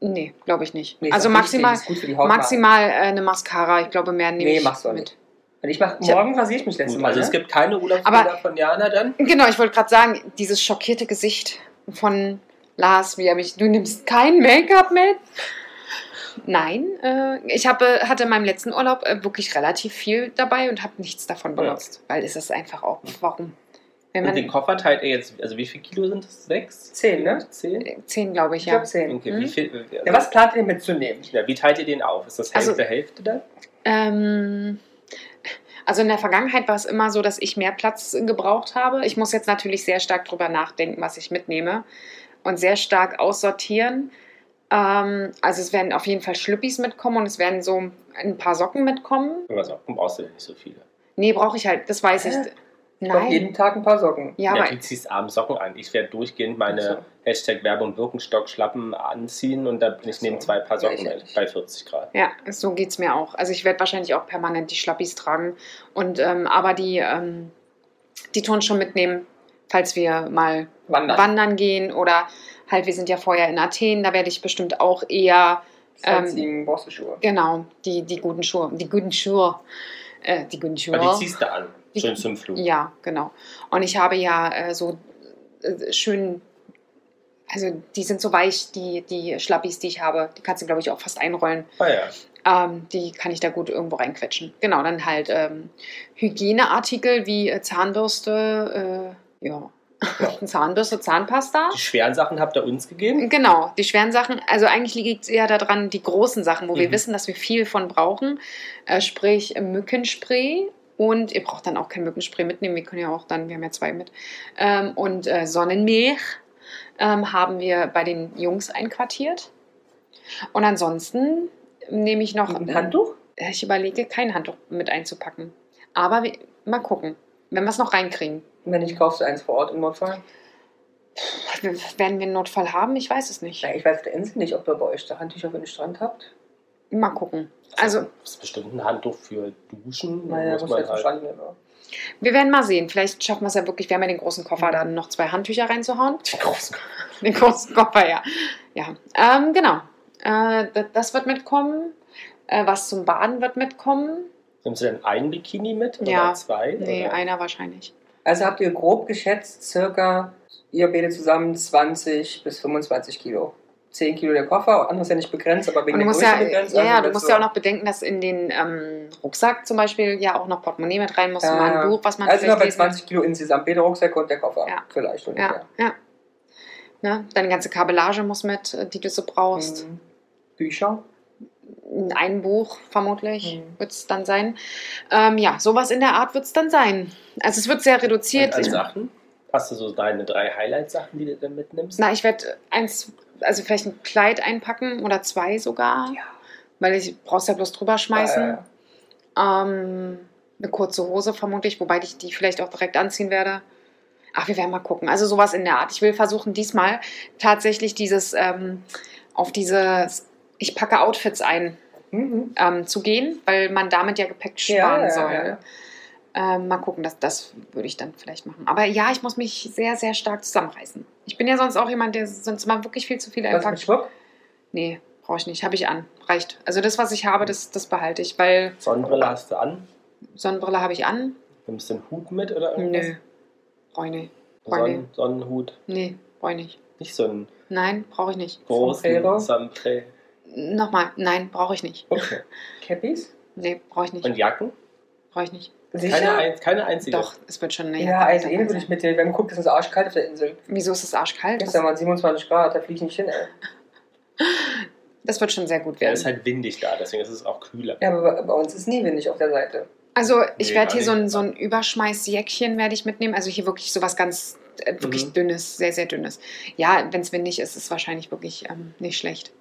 Nee, glaube ich nicht. Nee, ist Mhm. also auch maximal, wichtig, ist gut für die Haut Maximal äh, eine Mascara, ich glaube, mehr nehme Nee, ich machst du auch mit. Und ich mach, Ich hab- morgen rasiere ich mich letztes Gut, Mal. also ne? es gibt keine Urlaubsbilder Aber- von Jana dann? Genau, ich wollte gerade sagen, dieses schockierte Gesicht von Lars, wie er mich, du nimmst kein Make-up mit? Nein, äh, ich habe, hatte in meinem letzten Urlaub äh, wirklich relativ viel dabei und habe nichts davon Ja. benutzt, weil es ist einfach auch, warum? Wenn Und den man, Koffer teilt er jetzt, also wie viel Kilo sind das? Sechs? Zehn, ne? Zehn? zehn, glaube ich, Ich ja. glaube 10. Okay, Mhm. wie viel? Ja, was plant ihr denn mitzunehmen? Ja, wie teilt ihr den auf? Ist das Hälfte, Also- Hälfte dann? Ähm, also in der Vergangenheit war es immer so, dass ich mehr Platz gebraucht habe. Ich muss jetzt natürlich sehr stark drüber nachdenken, was ich mitnehme und sehr stark aussortieren. Ähm, also es werden auf jeden Fall Schlüppis mitkommen und es werden so ein paar Socken mitkommen. Aber so, brauchst du ja nicht so viele. Nee, brauche ich halt, das weiß ich. Hä? Doch Nein. jeden Tag ein paar Socken. Also, Ja, ja, aber du ziehst abends Socken an. Ich werde durchgehend Ach meine Hashtag Werbung Birkenstock Schlappen anziehen und dann bin ich Ach so. neben zwei Paar Socken Ja, ich- mit, bei 40 Grad. ja, so geht es mir auch. Also ich werde wahrscheinlich auch permanent die Schlappis tragen. Und ähm, aber die, ähm, die Turnschuhe mitnehmen, falls wir mal Wandern. wandern gehen oder halt, wir sind ja vorher in Athen, da werde ich bestimmt auch eher, ähm, Sightseeing brauchst du Schuhe. genau, die, die guten Schuhe, die guten Schuhe äh, die Gunchure. Weil Ah, die ziehst du an. Die- Schön zum Flug. Ja, genau. Und ich habe ja äh, so äh, schön, also die sind so weich, die, die Schlappis, die ich habe. Die kannst du, glaube ich, auch fast einrollen. Ah ja. Ähm, die kann ich da gut irgendwo reinquetschen. Genau, dann halt ähm, Hygieneartikel wie äh, Zahnbürste, äh, ja. [laughs] Zahnbürste, Zahnpasta. Die schweren Sachen habt ihr uns gegeben. Genau, die schweren Sachen. Also eigentlich liegt es eher daran, die großen Sachen, wo wir Mhm. wissen, dass wir viel von brauchen. Äh, sprich Mückenspray. Und ihr braucht dann auch kein Mückenspray mitnehmen. Wir können ja auch dann, wir haben ja zwei mit. Ähm, und äh, Sonnenmilch ähm, haben wir bei den Jungs einquartiert. Und ansonsten nehme ich noch. Ein Handtuch? Äh, Ich überlege, kein Handtuch mit einzupacken. Aber wir, mal gucken, wenn wir es noch reinkriegen. Wenn nicht, kaufst du eins vor Ort im Notfall? Werden wir einen Notfall haben? Ich weiß es nicht. Ja, ich weiß auf der Insel nicht, ob ihr bei euch da Handtücher für den Strand habt. Mal gucken. Also, Das ist bestimmt ein Handtuch für Duschen. Naja, muss man jetzt halt. Strand nehmen. oder? Wir werden mal sehen. Vielleicht schaffen wir es ja wirklich. Wir haben ja den großen Koffer, da noch zwei Handtücher reinzuhauen. [laughs] Den großen Koffer, ja. Ja, ähm, genau. Äh, d- das wird mitkommen. Äh, was zum Baden wird mitkommen. Nimmst du denn einen Bikini mit? Oder Ja. zwei? Nee, oder? einer wahrscheinlich. Also habt ihr grob geschätzt, circa, ihr beide zusammen 20 bis 25 Kilo. 10 Kilo der Koffer, anderes ist ja nicht begrenzt, aber wegen Und du der musst Größe ja, begrenzt. ja, ja, also du das musst so- ja auch noch bedenken, dass in den ähm, Rucksack zum Beispiel ja auch noch Portemonnaie mit rein muss, Ja, mal ja. ein Buch, was man Also sind wir vielleicht bei lesen 20 Kilo insgesamt, beide Rucksäcke und der Koffer. Ja. Vielleicht ungefähr. Ja, ja. Ne? Deine ganze Kabellage muss mit, äh, die du so brauchst. Mhm. Bücher. ein Buch vermutlich Mhm. wird es dann sein. Ähm, ja, sowas in der Art wird es dann sein. Also es wird sehr Und reduziert. an Sachen? Hast du so deine drei Highlight-Sachen, die du dann mitnimmst? Na, ich werde eins, also vielleicht ein Kleid einpacken oder zwei sogar, Ja. weil ich brauchst ja bloß drüber schmeißen. Äh, Ähm, eine kurze Hose vermutlich, wobei ich die vielleicht auch direkt anziehen werde. Ach, wir werden mal gucken. Also sowas in der Art. Ich will versuchen, diesmal tatsächlich dieses ähm, auf dieses, ich packe Outfits ein mhm. ähm, zu gehen, weil man damit ja Gepäck sparen ja, soll. ja, ja. Ähm, mal gucken, das, das würde ich dann vielleicht machen. Aber ja, ich muss mich sehr, sehr stark zusammenreißen. Ich bin ja sonst auch jemand, der sonst mal wirklich viel zu viel Was mit einpackt. Schmuck? Nee, brauche ich nicht. Habe ich an. Reicht. Also das, was ich habe, das, das behalte ich, weil Sonnenbrille hast du an? Sonnenbrille habe ich an. Nimmst du einen Hut mit oder irgendwas? Nö. Brauche ich nicht. Sonnen Sonnenhut? Nee, brauche ich nicht. Nicht so einen Nein, brauche ich nicht. großen Sombrero? Sample. Nochmal, nein, brauche ich nicht. Okay. Cappies? Nee, brauche ich Und nicht. Jacken? Brauche ich nicht. Keine, ein, keine einzige. Doch, es wird schon eine Ja, also dabei eh würde sein. ich mit dir, wenn man guckt, ist es arschkalt auf der Insel. Wieso ist es arschkalt? Gestern Das, waren 27 Grad, da fliege ich nicht hin, ey. das wird schon sehr gut Ja, werden. es ist halt windig da, deswegen ist es auch kühler. Ja, aber bei- bei uns ist nie windig auf der Seite. Also ich Nee, werde gar hier so nicht. ein, so ein Überschmeißjäckchen werde ich mitnehmen. Also hier wirklich sowas ganz, äh, wirklich Mhm. dünnes, sehr, sehr dünnes. Ja, wenn es windig ist, ist es wahrscheinlich wirklich ähm, nicht schlecht.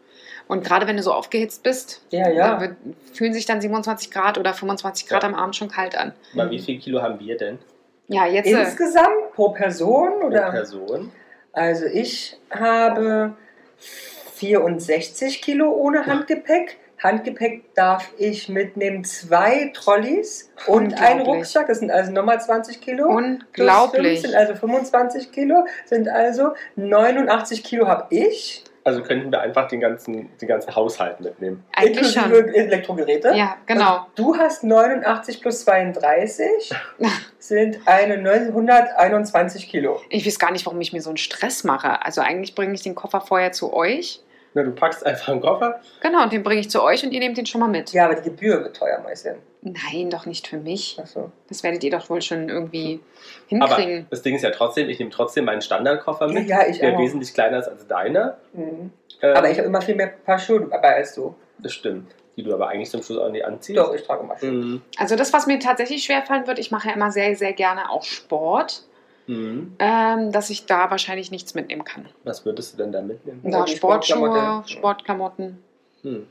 Und gerade wenn du so aufgehitzt bist, Ja, da ja. wird, fühlen sich dann 27 Grad oder 25 Grad Ja. am Abend schon kalt an. Mal, wie viel Kilo haben wir denn Ja, jetzt. Äh, Insgesamt pro Person pro oder? Person? Also ich habe 64 Kilo ohne Handgepäck. Handgepäck darf ich mitnehmen, zwei Trolleys und einen Unglaublich. Rucksack. Das sind also nochmal 20 Kilo. Plus unglaublich. 15, also 25 Kilo sind also 89 Kilo habe ich. Also könnten wir einfach den ganzen, den ganzen Haushalt mitnehmen. Eigentlich inklusive schon. Elektrogeräte. Ja, genau. Und du hast 89 plus [laughs] 32 sind eine 921 Kilo. Ich weiß gar nicht, warum ich mir so einen Stress mache. Also eigentlich bringe ich den Koffer vorher zu euch. Na, du packst einfach einen Koffer. Genau, und den bringe ich zu euch und ihr nehmt den schon mal mit. Ja, aber die Gebühr wird teuer, Mäuschen. Nein, doch nicht für mich. Achso. Das werdet ihr doch wohl schon irgendwie Hm. Aber hinkriegen. das Ding ist ja trotzdem, ich nehme trotzdem meinen Standardkoffer mit, Ja, ich der auch. wesentlich kleiner ist als deiner. Mhm. Ähm, Aber ich habe immer viel mehr Paar Schuhe dabei als du. Das stimmt. Die du aber eigentlich zum Schluss auch nicht anziehst. Doch, ich trage immer Schuhe. Mhm. Also das, was mir tatsächlich schwerfallen wird, ich mache ja immer sehr, sehr gerne auch Sport, Hm. Mhm. ähm, dass ich da wahrscheinlich nichts mitnehmen kann. Was würdest du denn da mitnehmen? Da die Sportschuhe, Sportklamotte. Sportklamotten. Mhm.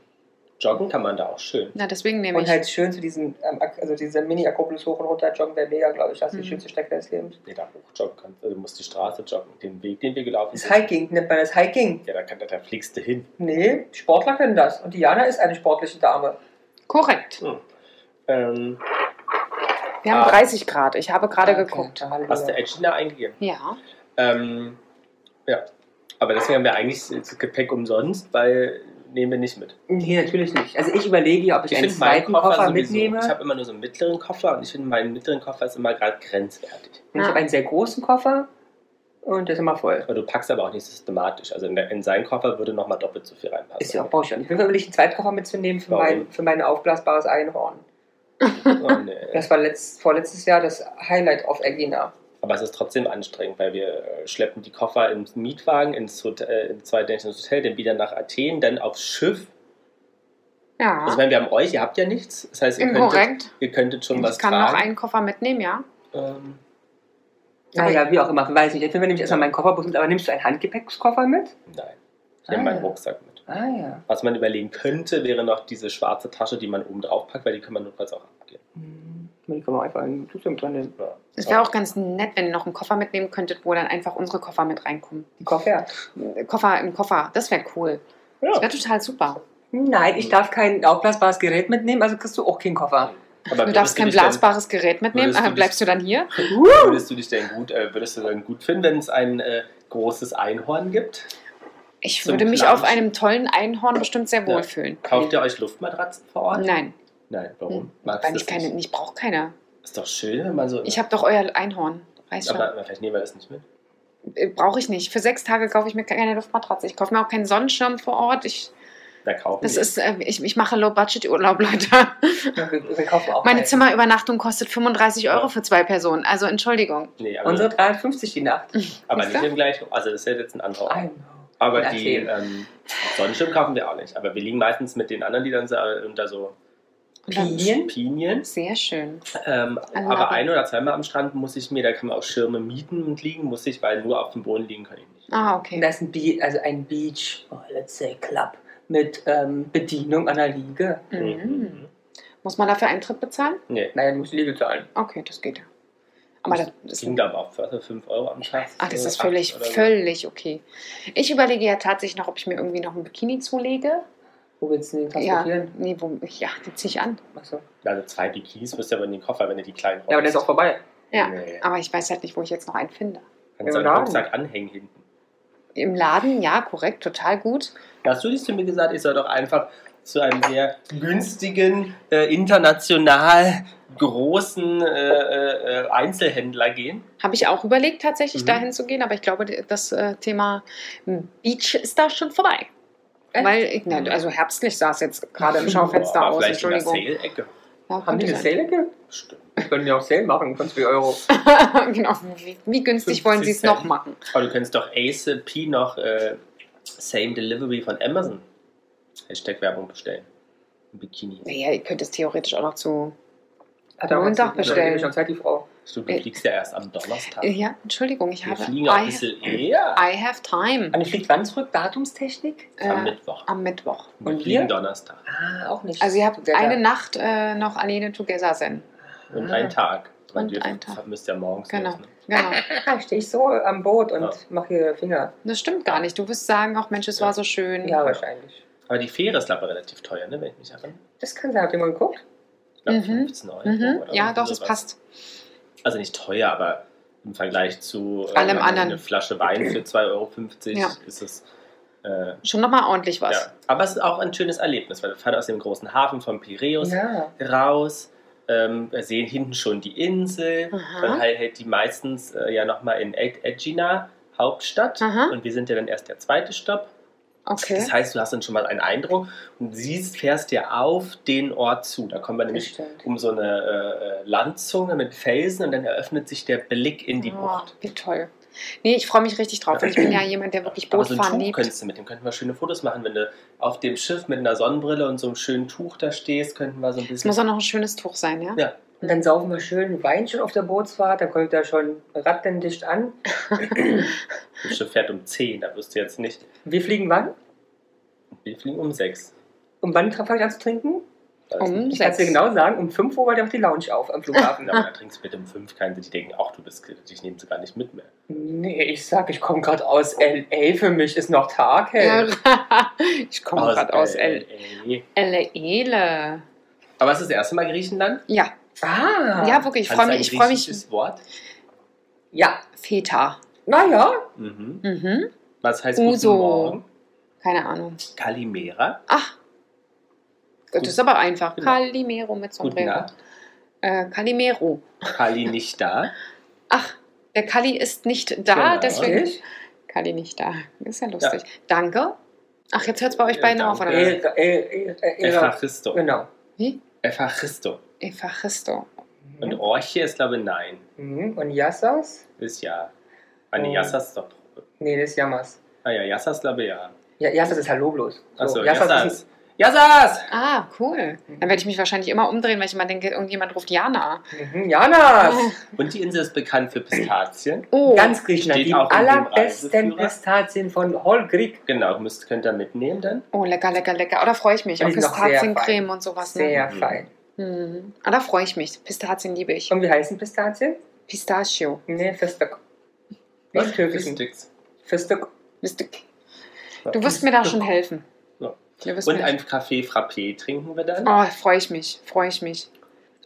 Joggen kann man da auch schön. Na, deswegen nehme Und ich. halt schön zu diesem, ähm, Ak- also dieser Mini-Akropolis hoch und runter joggen wäre mega, glaube ich. Das ist Mhm. die schönste Strecke des Lebens. Nee, da hochjoggen kannst. Also du musst die Straße joggen. Den Weg, den wir gelaufen Das Hiking, nennt man das Hiking. Ja, da, kann, da fliegst du hin. Nee, Sportler können das. Und Diana ist eine sportliche Dame. Korrekt. Ähm, Wir haben Ah. 30 Grad. Ich habe gerade Okay, geguckt. Halleluja. hast du Edge da eingegeben? Ja. Ähm, ja. Aber deswegen haben wir eigentlich das Gepäck umsonst, weil nehmen wir nicht mit. Nee, natürlich nicht. Also ich überlege ja, ob ich, einen find meinen zweiten Koffer, sowieso- mitnehme. Ich habe immer nur so einen mittleren Koffer und ich finde, mein mittleren Koffer ist immer gerade grenzwertig. Und ich habe einen sehr großen Koffer und der ist immer voll. Aber du packst aber auch nicht systematisch. Also in, der, in seinen Koffer würde nochmal doppelt so viel reinpassen. Ist ja auch brauche ich auch nicht. Auf jeden Fall will ich einen zweiten Koffer mitzunehmen für Warum? mein, für mein aufblasbares Einhorn. Oh, nee. Das war letzt, vorletztes Jahr das Highlight auf Ergina. Aber es ist trotzdem anstrengend, weil wir äh, schleppen die Koffer im Mietwagen ins Hotel, äh, ins zweitdänisches Hotel, dann wieder nach Athen, dann aufs Schiff. Ja. Also wenn wir haben euch, ihr habt ja nichts. Das heißt, ihr könntet, Inkorrekt. ihr könntet schon was Ich kann noch tragen. einen Koffer mitnehmen, ja. ähm, Naja, wie auch immer, weiß nicht. Auf jeden Fall nehme ich erstmal meinen Kofferbus mit, aber nimmst du einen Handgepäckskoffer mit? nein, ich nehme Ah, meinen ja. Rucksack mit. Ah ja. Was man überlegen könnte, wäre noch diese schwarze Tasche, die man oben drauf packt, weil die kann man notfalls auch abgeben. Hm, Die kann man einfach in Tuchtum drin nehmen. Ja. Es wäre auch ganz nett, wenn ihr noch einen Koffer mitnehmen könntet, wo dann einfach unsere Koffer mit reinkommen. Die Koffer. Koffer im Koffer, das wäre cool. Das Ja. wäre total super. Nein, ich darf kein aufblasbares Gerät mitnehmen, also kriegst du auch keinen Koffer. Aber Du darfst würdest dich kein dann- blasbares Gerät mitnehmen, würdest du äh, bleibst du dann hier? Würdest du dich denn gut, äh, würdest du denn gut finden, wenn es ein äh, großes Einhorn gibt? Ich Zum würde mich Planschen. auf einem tollen Einhorn bestimmt sehr Ja. wohlfühlen. Kauft ihr euch Luftmatratzen vor Ort? Nein, Nein, warum? Hm. Magst weil du ich keine, nicht? ich brauche keine. Ist doch schön, wenn man so. Ich habe doch euer Einhorn. Reicht schon. aber vielleicht nehmen wir das nicht mit. Brauche ich nicht. Für sechs Tage kaufe ich mir keine Luftmatratze. Ich kaufe mir auch keinen Sonnenschirm vor Ort. Ich, Da kaufen das wir. ist, äh, ich, ich mache Low-Budget-Urlaub, [laughs] Leute. Wir, wir kaufen auch Meine einen. Zimmerübernachtung kostet 35 Euro Ja. für zwei Personen. Also Entschuldigung. nee, aber, Unsere 350 die Nacht. aber Siehst nicht du? im gleichen. Also das ist ja jetzt ein anderer Ort. Ah, I know. Aber In die Athen. ähm, Sonnenschirm kaufen wir auch nicht. Aber wir liegen meistens mit den anderen, die dann so, äh, unter so Und dann- Pinien? Pinien. Sehr schön. Ähm, An aber Lappen. ein oder zweimal am Strand muss ich mir, da kann man auch Schirme mieten und liegen, muss ich, weil nur auf dem Boden liegen kann ich nicht. Ah, Und okay. da ist ein, Be also ein Beach, oh, let's say Club, mit ähm, Bedienung an der Liege. Mhm. Muss man dafür Eintritt bezahlen? Nee, Naja, du musst die Liege zahlen. Okay, das geht ja. Aber das ist, ging da aber auch für 5 Euro am Tag. ach, das äh, ist acht völlig, oder so. völlig okay. Ich überlege ja tatsächlich noch, ob ich mir irgendwie noch ein Bikini zulege. Wo willst du den Ja, transportieren? nee, wo, ja, die ziehe ich an. Ja. Achso. Also zwei Bikinis müsst ihr aber in den Koffer, wenn ihr die kleinen Ja, aber der ist auch vorbei. Ja, Nee. aber ich weiß halt nicht, wo ich jetzt noch einen finde. Kannst Ja, du einen genau. Rucksack anhängen hinten. Im Laden, ja, korrekt, total gut. Hast du nicht zu mir gesagt, ich soll doch einfach zu einem sehr günstigen, äh, international großen äh, äh, äh, Einzelhändler gehen? Habe ich auch überlegt, tatsächlich Mhm. dahin zu gehen, aber ich glaube, das äh, Thema hm, Beach ist da schon vorbei. Echt? Weil, ich, ne, also herbstlich sah es jetzt gerade [laughs] im Schaufenster Boah, aber aus, vielleicht in der Entschuldigung. Sale-Ecke. Ja, Haben die könnte eine sein. Sale-Ecke? Stimmt. Wir können ja auch Sale machen, von 2 Euro. [laughs] genau, wie, wie günstig wollen sie es 50 noch Cent. machen? Aber du kennst doch ACP noch äh, Same Delivery von Amazon. Hashtag Werbung bestellen. Ein Bikini. Naja, ihr könnt es theoretisch auch noch zu. Hat er auch Montag ganz- bestellen. Ja, die ist schon Zeit, die Frau. Stimmt, du fliegst ja erst am Äh, Donnerstag. Ja, Entschuldigung, ich Wir habe. fliegen auch ein I, bisschen eher I have time. Und die fliegt wann zurück? Datumstechnik? am äh, Mittwoch. am Mittwoch. Wir und fliegen wir? Donnerstag. Ah, auch nicht. Also, ihr habt Der- eine Nacht äh, noch alleine together sein. Und Ah. einen Tag. Weil Und wir einen Tag. müsst ja morgens Genau. los, ne? [laughs] Genau. Ah, stehe ich so am Boot und Ja. mache hier Finger. Das stimmt gar nicht. Du wirst sagen, ach Mensch, es war so schön. Ja, wahrscheinlich. Aber die Fähre ist aber relativ teuer, ne, wenn ich mich erinnere. Das kann sein. Habt ihr mal geguckt? Ich glaube Mhm. 15 Euro. Mhm. oder Ja, irgendwie doch, es sowas. passt. Also nicht teuer, aber im Vergleich zu äh, Allem eine anderen. Flasche Wein für 2,50 Euro Ja. ist es. Äh, Schon nochmal ordentlich was. Ja. Aber es ist auch ein schönes Erlebnis, weil wir fahren aus dem großen Hafen von Piräus Ja. raus, ähm, wir sehen hinten schon die Insel, Aha. dann halt, hält die meistens äh, ja nochmal in Ed- Edgina, Hauptstadt, Aha. und wir sind ja dann erst der zweite Stopp. Okay. Das heißt, du hast dann schon mal einen Eindruck und siehst, fährst dir auf den Ort zu. Da kommen wir Das nämlich stimmt. um so eine äh, äh, Landzunge mit Felsen und dann eröffnet sich der Blick in die Oh, Bucht. wie toll. Nee, ich freue mich richtig drauf. Ich [clears throat] bin ja jemand, der wirklich Aber so ein Bootfahren Tuch liebt. könntest du mit dem, könnten wir schöne Fotos machen, wenn du auf dem Schiff mit einer Sonnenbrille und so einem schönen Tuch da stehst, könnten wir so ein Es bisschen. muss auch noch ein schönes Tuch sein, ja? ja, Und dann saufen wir schön Wein schon auf der Bootsfahrt, dann kommt da schon Ratten dicht an. das Schiff fährt um 10, da wirst du jetzt nicht. Wir fliegen wann? Wir fliegen um 6. Um wann fange ich an zu trinken? Da ist Um nicht- Ich kann es dir sechs. Ah. genau sagen, um 5 Uhr war doch die Lounge auf [laughs] am Flughafen. Aber da trinkst du mit um 5 keinen, die denken, ach, du bist dich nehmen sie gar nicht mit mehr. nee, ich sag, ich komme gerade aus L.A., für mich ist noch Tag, hey. Ja, [laughs] ich komme Aus gerade aus L. LA. Elle Ele. Aber es ist das erste Mal Griechenland. Ja, Ah! ja, wirklich. Ich Kannst freue du mich. ein Ich freue mich. griechisches Wort. ja. Feta. naja, Mhm. Mhm. Was heißt Uso. guten Morgen? Mhm. Keine Ahnung. Calimera. Ach, das Gut. ist aber einfach. Genau. Calimero mit Guten Sombrero. Nacht. Äh, Calimero. Kali nicht [laughs] da. Ach, der Kali ist nicht da, Genau. deswegen. Ich? Kali nicht da. Ist ja lustig. Danke. Ach, jetzt hört es bei euch Ja, beiden auf, danke. El, oder? El, El, El, Evaristo. genau. Wie? Evaristo. Evaristo. Und Mhm. Orche ist, glaube ich, nein. Mhm. Und Yassas? Ist ja. Ah, nee, Oh. Yassas ist doch. Nee, das ist Yamas. Ah ja, Yassas, glaube ich, ja. Ja, Yassas ist Hallo bloß. So, Achso, Yassas ist Yassas. Yassas! Ah, cool. Mhm. Dann werde ich mich wahrscheinlich immer umdrehen, weil ich immer denke, irgendjemand ruft Jana. ein- Mhm. Janas! Und die Insel ist bekannt für Pistazien. Oh, Ganz Griechenland. Steht Die auch in dem allerbesten Reiseführer. Pistazien von Holgrik. Genau, müsst, könnt ihr mitnehmen dann. oh lecker, lecker, lecker. Oh, da freue ich mich. Und Auch die sind auch sehr Pistaziencreme und sowas. Ne? Sehr Mhm. fein. Hm. Ah, da freue ich mich. Pistazien liebe ich. Und wie heißen Pistazien? Pistachio. Nee, Fistek. Nee, im türkischen. Sticks. Fistek. Bist Du du wirst mir da schon helfen. Ja. Du wirst Und mir- ein Kaffee Frappé trinken wir dann. Oh, freue ich mich, freue ich mich.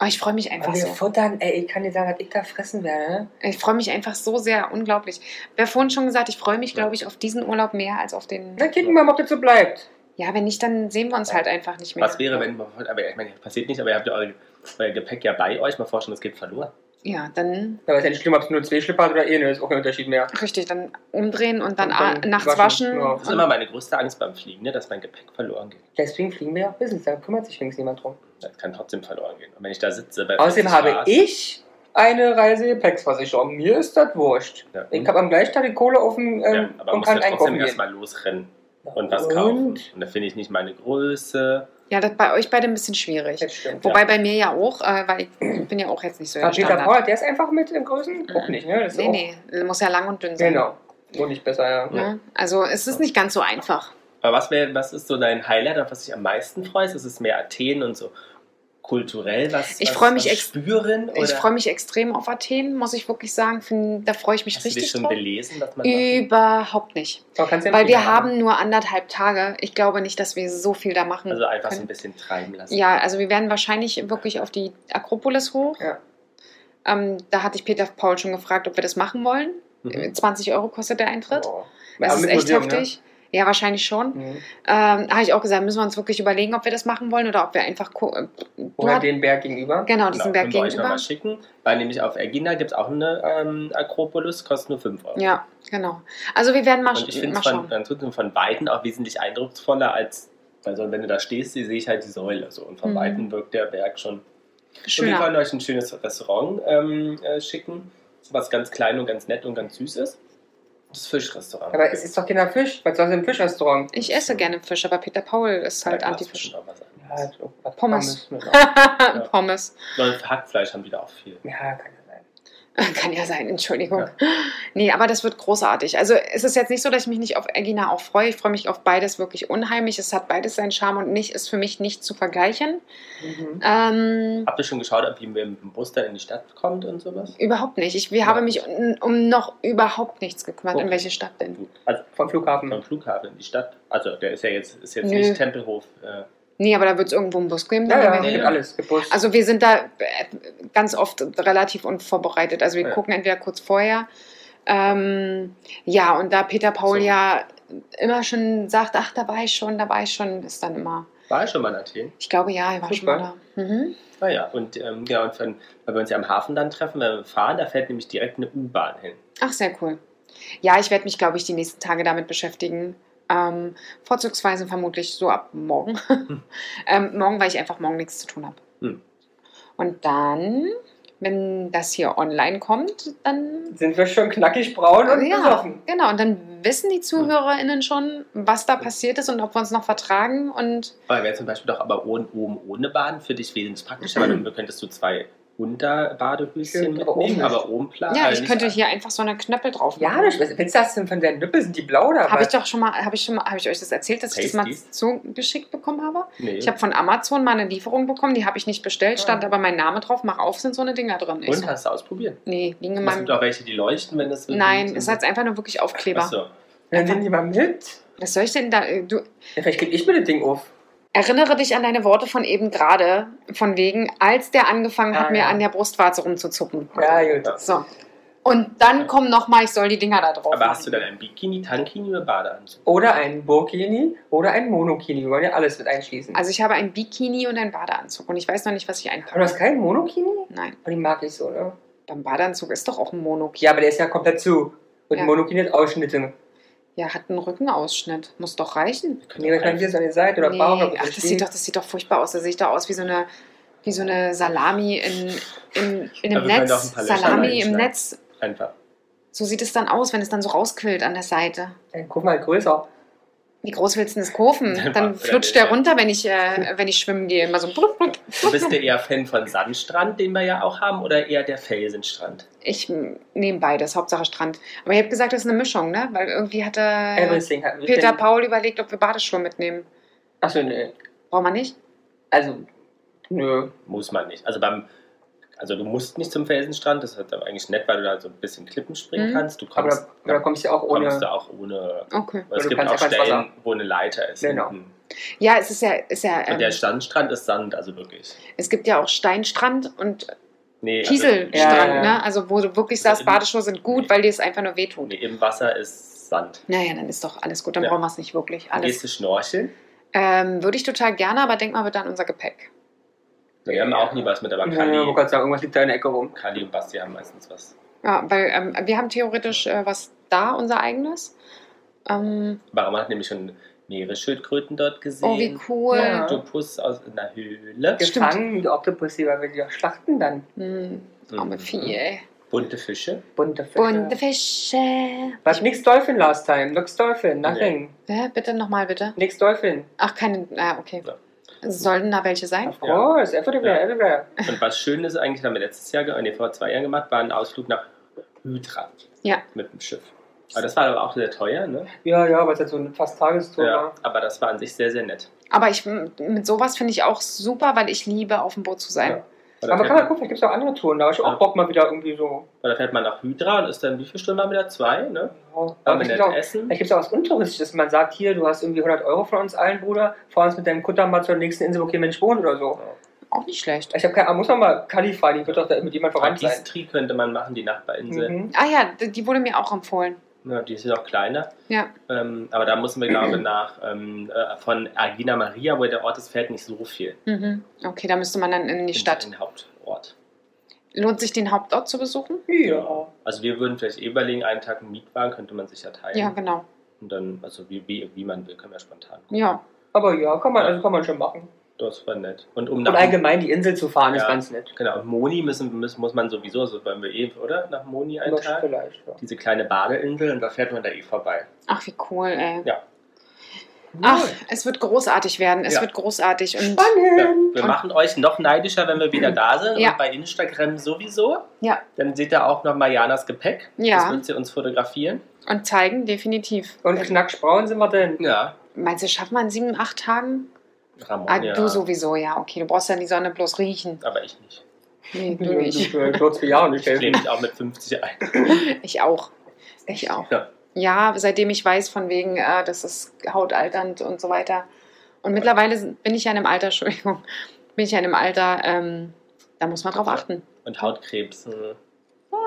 Oh, ich freue mich einfach Und wir so. futtern, ey, ich kann dir sagen, was ich da fressen werde. ne? Ich freue mich einfach so sehr, unglaublich. Wer vorhin schon gesagt, ich freue mich, glaube ich, auf diesen Urlaub mehr als auf den. Na, gucken wir mal, ob das so bleibt. Ja, wenn nicht, dann sehen wir uns halt einfach nicht mehr. Was wäre, wenn, aber ich meine, passiert nicht, aber ihr habt ja euer, euer Gepäck ja bei euch, mal vorstellen, es geht verloren. Ja, dann Aber ist ja nicht schlimm, ob es nur zwei Schlipper hat oder eh, ne, ist auch kein Unterschied mehr. richtig, dann umdrehen und dann, Und dann a- nachts waschen. waschen, ja. Mhm. Das ist immer meine größte Angst beim Fliegen, ne, dass mein Gepäck verloren geht. Deswegen fliegen wir ja auch Business, da kümmert sich wenigstens niemand drum. Das kann trotzdem verloren gehen. Und wenn ich da sitze bei Außerdem 40 habe Grad- ich eine Reisegepäcksversicherung. Mir ist das wurscht. Ja, Ich habe am gleichen Tag die Kohle auf dem ähm, Mhm. ja, aber und muss ja kann trotzdem einkaufen gehen. erstmal losrennen und was kaufen. Und da finde ich nicht meine Größe. Ja, das bei euch beide ein bisschen schwierig. Das stimmt. Wobei bei mir ja auch, äh, weil ich bin ja auch jetzt nicht so der Aber Peter Standard. Paul, der ist einfach mit im Größen? Mhm. Auch nicht, ne? Das ist Nee, auch, nee, muss ja lang und dünn sein. Genau. Wohl nicht besser, ja. Ne? Also es ist nicht ganz so einfach. Aber was, wär, was ist so dein Highlight, auf was dich am meisten freust? Ist es mehr Athen und so kulturell was? Ich was- freu mich was ex- spüren? Ich oder freue mich extrem auf Athen, muss ich wirklich sagen. Find, da freue ich mich Hast du dich richtig schon drauf. Ähm, belesen, was man machen? Überhaupt nicht. Aber kannst du Weil empfehlen, wir haben nur anderthalb Tage. Ich glaube nicht, dass wir so viel da machen Also einfach so ein können. bisschen treiben lassen. Ja, also wir werden wahrscheinlich wirklich auf die Akropolis hoch. Ja. Ähm, da hatte ich Peter Paul schon gefragt, ob wir das machen wollen. Mhm. 20 Euro kostet der Eintritt. Boah. Oh. das Aber ist mit echt Museum, ne? heftig. Ja, wahrscheinlich schon. Mhm. Ähm, habe ich auch gesagt, müssen wir uns wirklich überlegen, ob wir das machen wollen oder ob wir einfach. ko- äh, Du Oder hat, halt den Berg gegenüber. genau, Genau, diesen können Berg wir euch gegenüber. nochmal schicken, weil nämlich auf Ergina gibt es auch eine ähm, Akropolis, kostet nur 5 Euro. Ja, genau. Also wir werden mal, Und ich sch finde mal es von, schauen. dann trotzdem von Weitem auch wesentlich eindrucksvoller als, also wenn du da stehst, die sehe ich halt die Säule. So. Und von Mhm. Weitem wirkt der Berg schon. Und wir Schöner. wollen euch ein schönes Restaurant ähm, äh, schicken, was ganz klein und ganz nett und ganz süß ist. Das Fischrestaurant. Aber es ist doch keiner Fisch. Was soll denn ein Fischrestaurant? Ich esse gerne Fisch, aber Peter Paul ist halt Da gab's Antifisch. bestimmt auch was Ja, anderes. hat auch was Pommes. mit [laughs] drauf. Pommes. Und Hackfleisch haben wieder auch viel. ja, kann ja sein. [laughs] Kann ja sein, Entschuldigung. Nee, aber das wird großartig. Also es ist jetzt nicht so, dass ich mich nicht auf Egina auch freue. Ich freue mich auf beides wirklich unheimlich. Es hat beides seinen Charme und nicht, ist für mich nicht zu vergleichen. Mhm. Ähm, Habt ihr schon geschaut, ob ihr mit dem Bus dann in die Stadt kommt und sowas? überhaupt nicht. Ich wir habe mich um, um noch überhaupt nichts gekümmert. In Okay. welche Stadt denn? Gut. Also Vom Flughafen. vom Flughafen in die Stadt. Also der ist ja jetzt, ist jetzt Nö. nicht Tempelhof. Äh, Nee, aber da wird es irgendwo einen Bus geben. den Ja, wir ja, nehmen. genau. gibt alles. Gibt Bus. Also wir sind da äh, ganz oft relativ unvorbereitet. Also wir Ja. gucken entweder kurz vorher. Ähm, ja, und da Peter Paul So. ja immer schon sagt, ach, da war ich schon, da war ich schon, ist dann immer. war ich schon mal in Athen? Ich glaube, ja, er war schon mal Super. da. Mhm. Naja, und ähm, genau, und dann, weil wir uns ja am Hafen dann treffen, wenn wir fahren, da fährt nämlich direkt eine U-Bahn hin. Ach, sehr cool. Ja, ich werde mich, glaube ich, die nächsten Tage damit beschäftigen. Ähm, vorzugsweise vermutlich so ab morgen. [laughs] ähm, morgen, weil ich einfach morgen nichts zu tun habe. Hm. Und dann, wenn das hier online kommt, dann sind wir schon knackig braun und ja, besoffen. Genau, und dann wissen die ZuhörerInnen schon, was da passiert ist und ob wir uns noch vertragen. Und Aber wäre zum Beispiel doch aber ohne, oben ohne Baden für dich wesentlich praktischer, weil [clears throat] dann könntest du zwei Unterbadehöschen Stimmt, aber mitnehmen, oben aber oben klar. ja, äh, ich nicht könnte an- hier einfach so eine Knöppel drauf Ja, das was ist das denn von deinen Nippel? Sind die blau oder Habe ich was? doch schon mal, habe ich schon mal, habe ich euch das erzählt, dass ich das mal Pasties? zugeschickt bekommen habe? Nee. Ich habe von Amazon mal eine Lieferung bekommen, die habe ich nicht bestellt, stand Ah. aber mein Name drauf, mach auf, sind so eine Dinger drin. Ich und so, hast du ausprobiert? nee, liegen in Es gibt meinem. auch welche, die leuchten, wenn das. Nein, es hat einfach nur wirklich Aufkleber. Achso. Dann nehmen die mal mit. Was soll ich denn da? äh, Du, Ja, vielleicht gebe ich mir das Ding auf. Erinnere dich an deine Worte von eben gerade, von wegen, als der angefangen hat, Ah, mir ja. an der Brustwarze rumzuzucken. Ja, gut. So, Und dann kommen nochmal, ich soll die Dinger da drauf Aber hast du dann ein Bikini, Tankini oder Badeanzug? Oder ein Burkini oder ein Monokini. Wir wollen ja alles mit einschließen. Also ich habe ein Bikini und einen Badeanzug und ich weiß noch nicht, was ich aber du einpacke. hast keinen Monokini? Nein, Aber den mag ich so, ne? beim Badeanzug ist doch auch ein Monokini. Ja, aber der ist ja komplett zu. Und Ja. Monokini hat Ausschnitte. Ja, hat einen Rückenausschnitt. Muss doch reichen. Nee, dann kann hier so an der Seite oder Nee. Bauch. oder Ach, das sieht, doch, das sieht doch furchtbar aus. Das sieht doch aus wie so eine, wie so eine Salami in, in, in Aber einem wir können doch Netz. Also ein paar Löcher Salami im reinschneiden. Netz. Einfach. So sieht es dann aus, wenn es dann so rausquillt an der Seite. Dann Äh, guck mal, größer. Wie groß willst du denn das [laughs] kaufen? Dann Dann macht er flutscht das, der ja. runter, wenn ich, äh, wenn ich schwimmen gehe. Immer so. Du bist ja eher Fan von Sandstrand, den wir ja auch haben, oder eher der Felsenstrand? Ich m, nehme beides, Hauptsache Strand. Aber ihr habt gesagt, das ist eine Mischung, ne? Weil irgendwie hatte Everything hat Peter Paul überlegt, ob wir Badeschuhe mitnehmen. Achso, nee. Braucht man nicht? Also, nö. Muss man nicht. Also beim also du musst nicht zum Felsenstrand, das ist aber eigentlich nett, weil du da so ein bisschen Klippen springen Mhm. kannst. Du Aber, kommst, da- aber da kommst du ja auch ohne. kommst du auch ohne. Okay. Weil es du gibt kannst auch einfach ins Stellen, wo eine Leiter ist. Genau. hinten. Ja, es ist ja, ist ja Und der ähm, Sandstrand ist Sand, also wirklich. es gibt ja auch Steinstrand und Nee, also Kieselstrand, Ja, ja, ja. ne? Also wo du wirklich sagst, im- Badeschuhe sind gut, weil dir es einfach nur wehtun. Also, nee, Im Wasser ist Sand. Naja, dann ist doch alles gut, dann Ja. brauchen wir es nicht wirklich. Gehst Alles. du schnorcheln? Ähm, Würde ich total gerne, aber denk mal bitte an unser Gepäck. Wir haben auch nie was mit, aber Ja, ja, oh wollte Kali, gerade sagen, irgendwas liegt da in der Ecke rum. Kali und Basti haben meistens was. Ja, weil ähm, wir haben theoretisch äh, was da, unser eigenes. Ähm, Baraman hat nämlich schon Meeresschildkröten dort gesehen. oh, wie cool. Ja. Oktopus aus einer Höhle. Stimmt. Gefangen, die Oktopus, die wir wieder schlachten dann. Hm, arme Mhm. Vieh, ey. Bunte Fische. Bunte Fische. Bunte Fische. Was? Nix Dolphin last time. Nix Dolphin. Nothing. Hä? Bitte nochmal, bitte. Nix Dolphin. Ach, keine. Ah, okay. Ja. Sollten da welche sein? Of Ja. course. Everywhere, Ja. everywhere. Und was Schönes eigentlich haben wir letztes Jahr, ge- äh, nee, vor zwei Jahren gemacht, war ein Ausflug nach Hydra. Ja. Mit dem Schiff. Aber das war aber auch sehr teuer, ne? Ja, ja, weil es halt so eine fast Tagestour Ja, war. aber das war an sich sehr, sehr nett. Aber ich, mit sowas finde ich auch super, weil ich liebe, auf dem Boot zu sein. Ja. Weil da Aber fährt kann man man- gucken, vielleicht gibt es auch andere Touren. Da habe ich auch Ja. Bock mal wieder irgendwie so. weil da fährt man nach Hydra und ist dann wie viele Stunden haben wir da? Zwei, ne? Ja. Aber Haben wir vielleicht nett gibt es auch, Essen. vielleicht gibt's auch was Untouristisches. Man sagt hier, du hast irgendwie 100 Euro von uns allen, Bruder. Fahr uns mit deinem Kutter mal zur nächsten Insel, wo kein Mensch wohnt oder so. Auch nicht schlecht. Ich habe keine Ahnung, muss man mal Kali fahren, die wird doch da mit jemand Aber verwandt sein. Istri könnte man machen, die Nachbarinsel. Mhm. Ah ja, die die wurde mir auch empfohlen. Ja, die ist ja noch kleiner. Ja. Ähm, aber da müssen wir, glaube ich, nach ähm, äh, von Agina Maria, wo der Ort ist, fährt nicht so viel. Mhm. Okay, da müsste man dann in In die Stadt. Den Hauptort. Lohnt sich, den Hauptort zu besuchen? Ja. Also wir würden vielleicht eh überlegen, einen Tag einen Mietwagen könnte man sich ja teilen. Ja, genau. Und dann, also wie, wie, wie man will, können wir spontan. gucken. Ja. Aber ja, kann man, also kann man schon machen. Das war nett. Und um Und nach allgemein die Insel zu fahren ist Ja. ganz nett. genau, und Moni müssen, müssen, muss man sowieso, so wollen wir eh, oder? Nach Moni einen Vielleicht, Tag. vielleicht, ja. Diese kleine Badeinsel und da fährt man da eh vorbei. Ach, wie cool, ey. Ja. Ach, es wird großartig werden. Es Ja. wird großartig. Und Ja, Spannend! wir machen euch noch neidischer, wenn wir [clears throat] wieder da sind. Ja. Und bei Instagram sowieso. Ja. Dann seht ihr auch noch Marianas Gepäck. Ja. Das wird sie uns fotografieren. Und zeigen, definitiv. Ähm, Und knackschbraun sind wir denn? Ja. Meinst du, schaffen wir in sieben, acht Tagen? Ramon, Ah, ja. Du sowieso, ja. Okay, du brauchst dann die Sonne bloß riechen. Aber ich nicht. Nee, du Ich nicht. würde zwei äh, Jahre nicht Ich klebe helfen. mich auch mit 50 ein. Ich auch. Ich auch. Ja. Ja, seitdem ich weiß, von wegen, äh, das ist hautalternd und so weiter. Und mittlerweile sind- bin ich ja in einem Alter, [laughs] Entschuldigung, bin ich ja in einem Alter, ähm, da muss man drauf achten. Und Hautkrebs. äh,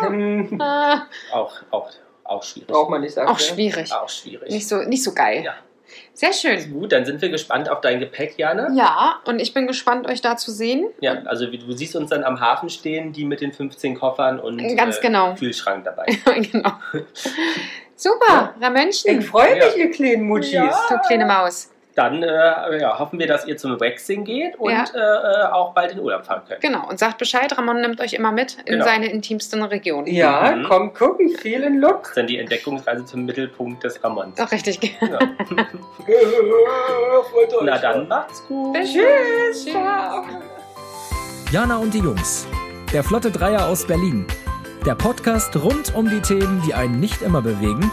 Hm, Ah, Auch, auch, auch schwierig. Braucht man nicht sagen. auch ne? schwierig. Auch schwierig. Nicht so, nicht so geil. Ja. Sehr schön. Gut, dann sind wir gespannt auf dein Gepäck, Jana. Ja, und ich bin gespannt, euch da zu sehen. Ja, also wie- du siehst uns dann am Hafen stehen, die mit den 15 Koffern und äh, Ganz genau. Kühlschrank dabei. [laughs] genau. Super, Ich Ramönchen. freue Ja. mich, ihr kleinen Mutschis. Ja. Du kleine Maus. Dann äh, ja, hoffen wir, dass ihr zum Waxing geht und äh, äh, auch bald in Urlaub fahren könnt. Genau, und sagt Bescheid, Ramon nimmt euch immer mit in Genau. seine intimsten Regionen. Ja, Mhm. komm gucken, vielen Look. Das ist dann die Entdeckungsreise zum Mittelpunkt des Ramons. Doch richtig. Ja. Freut euch. Na dann, macht's gut. Tschüss. Ciao. Jana und die Jungs. Der Flotte Dreier aus Berlin. Der Podcast rund um die Themen, die einen nicht immer bewegen,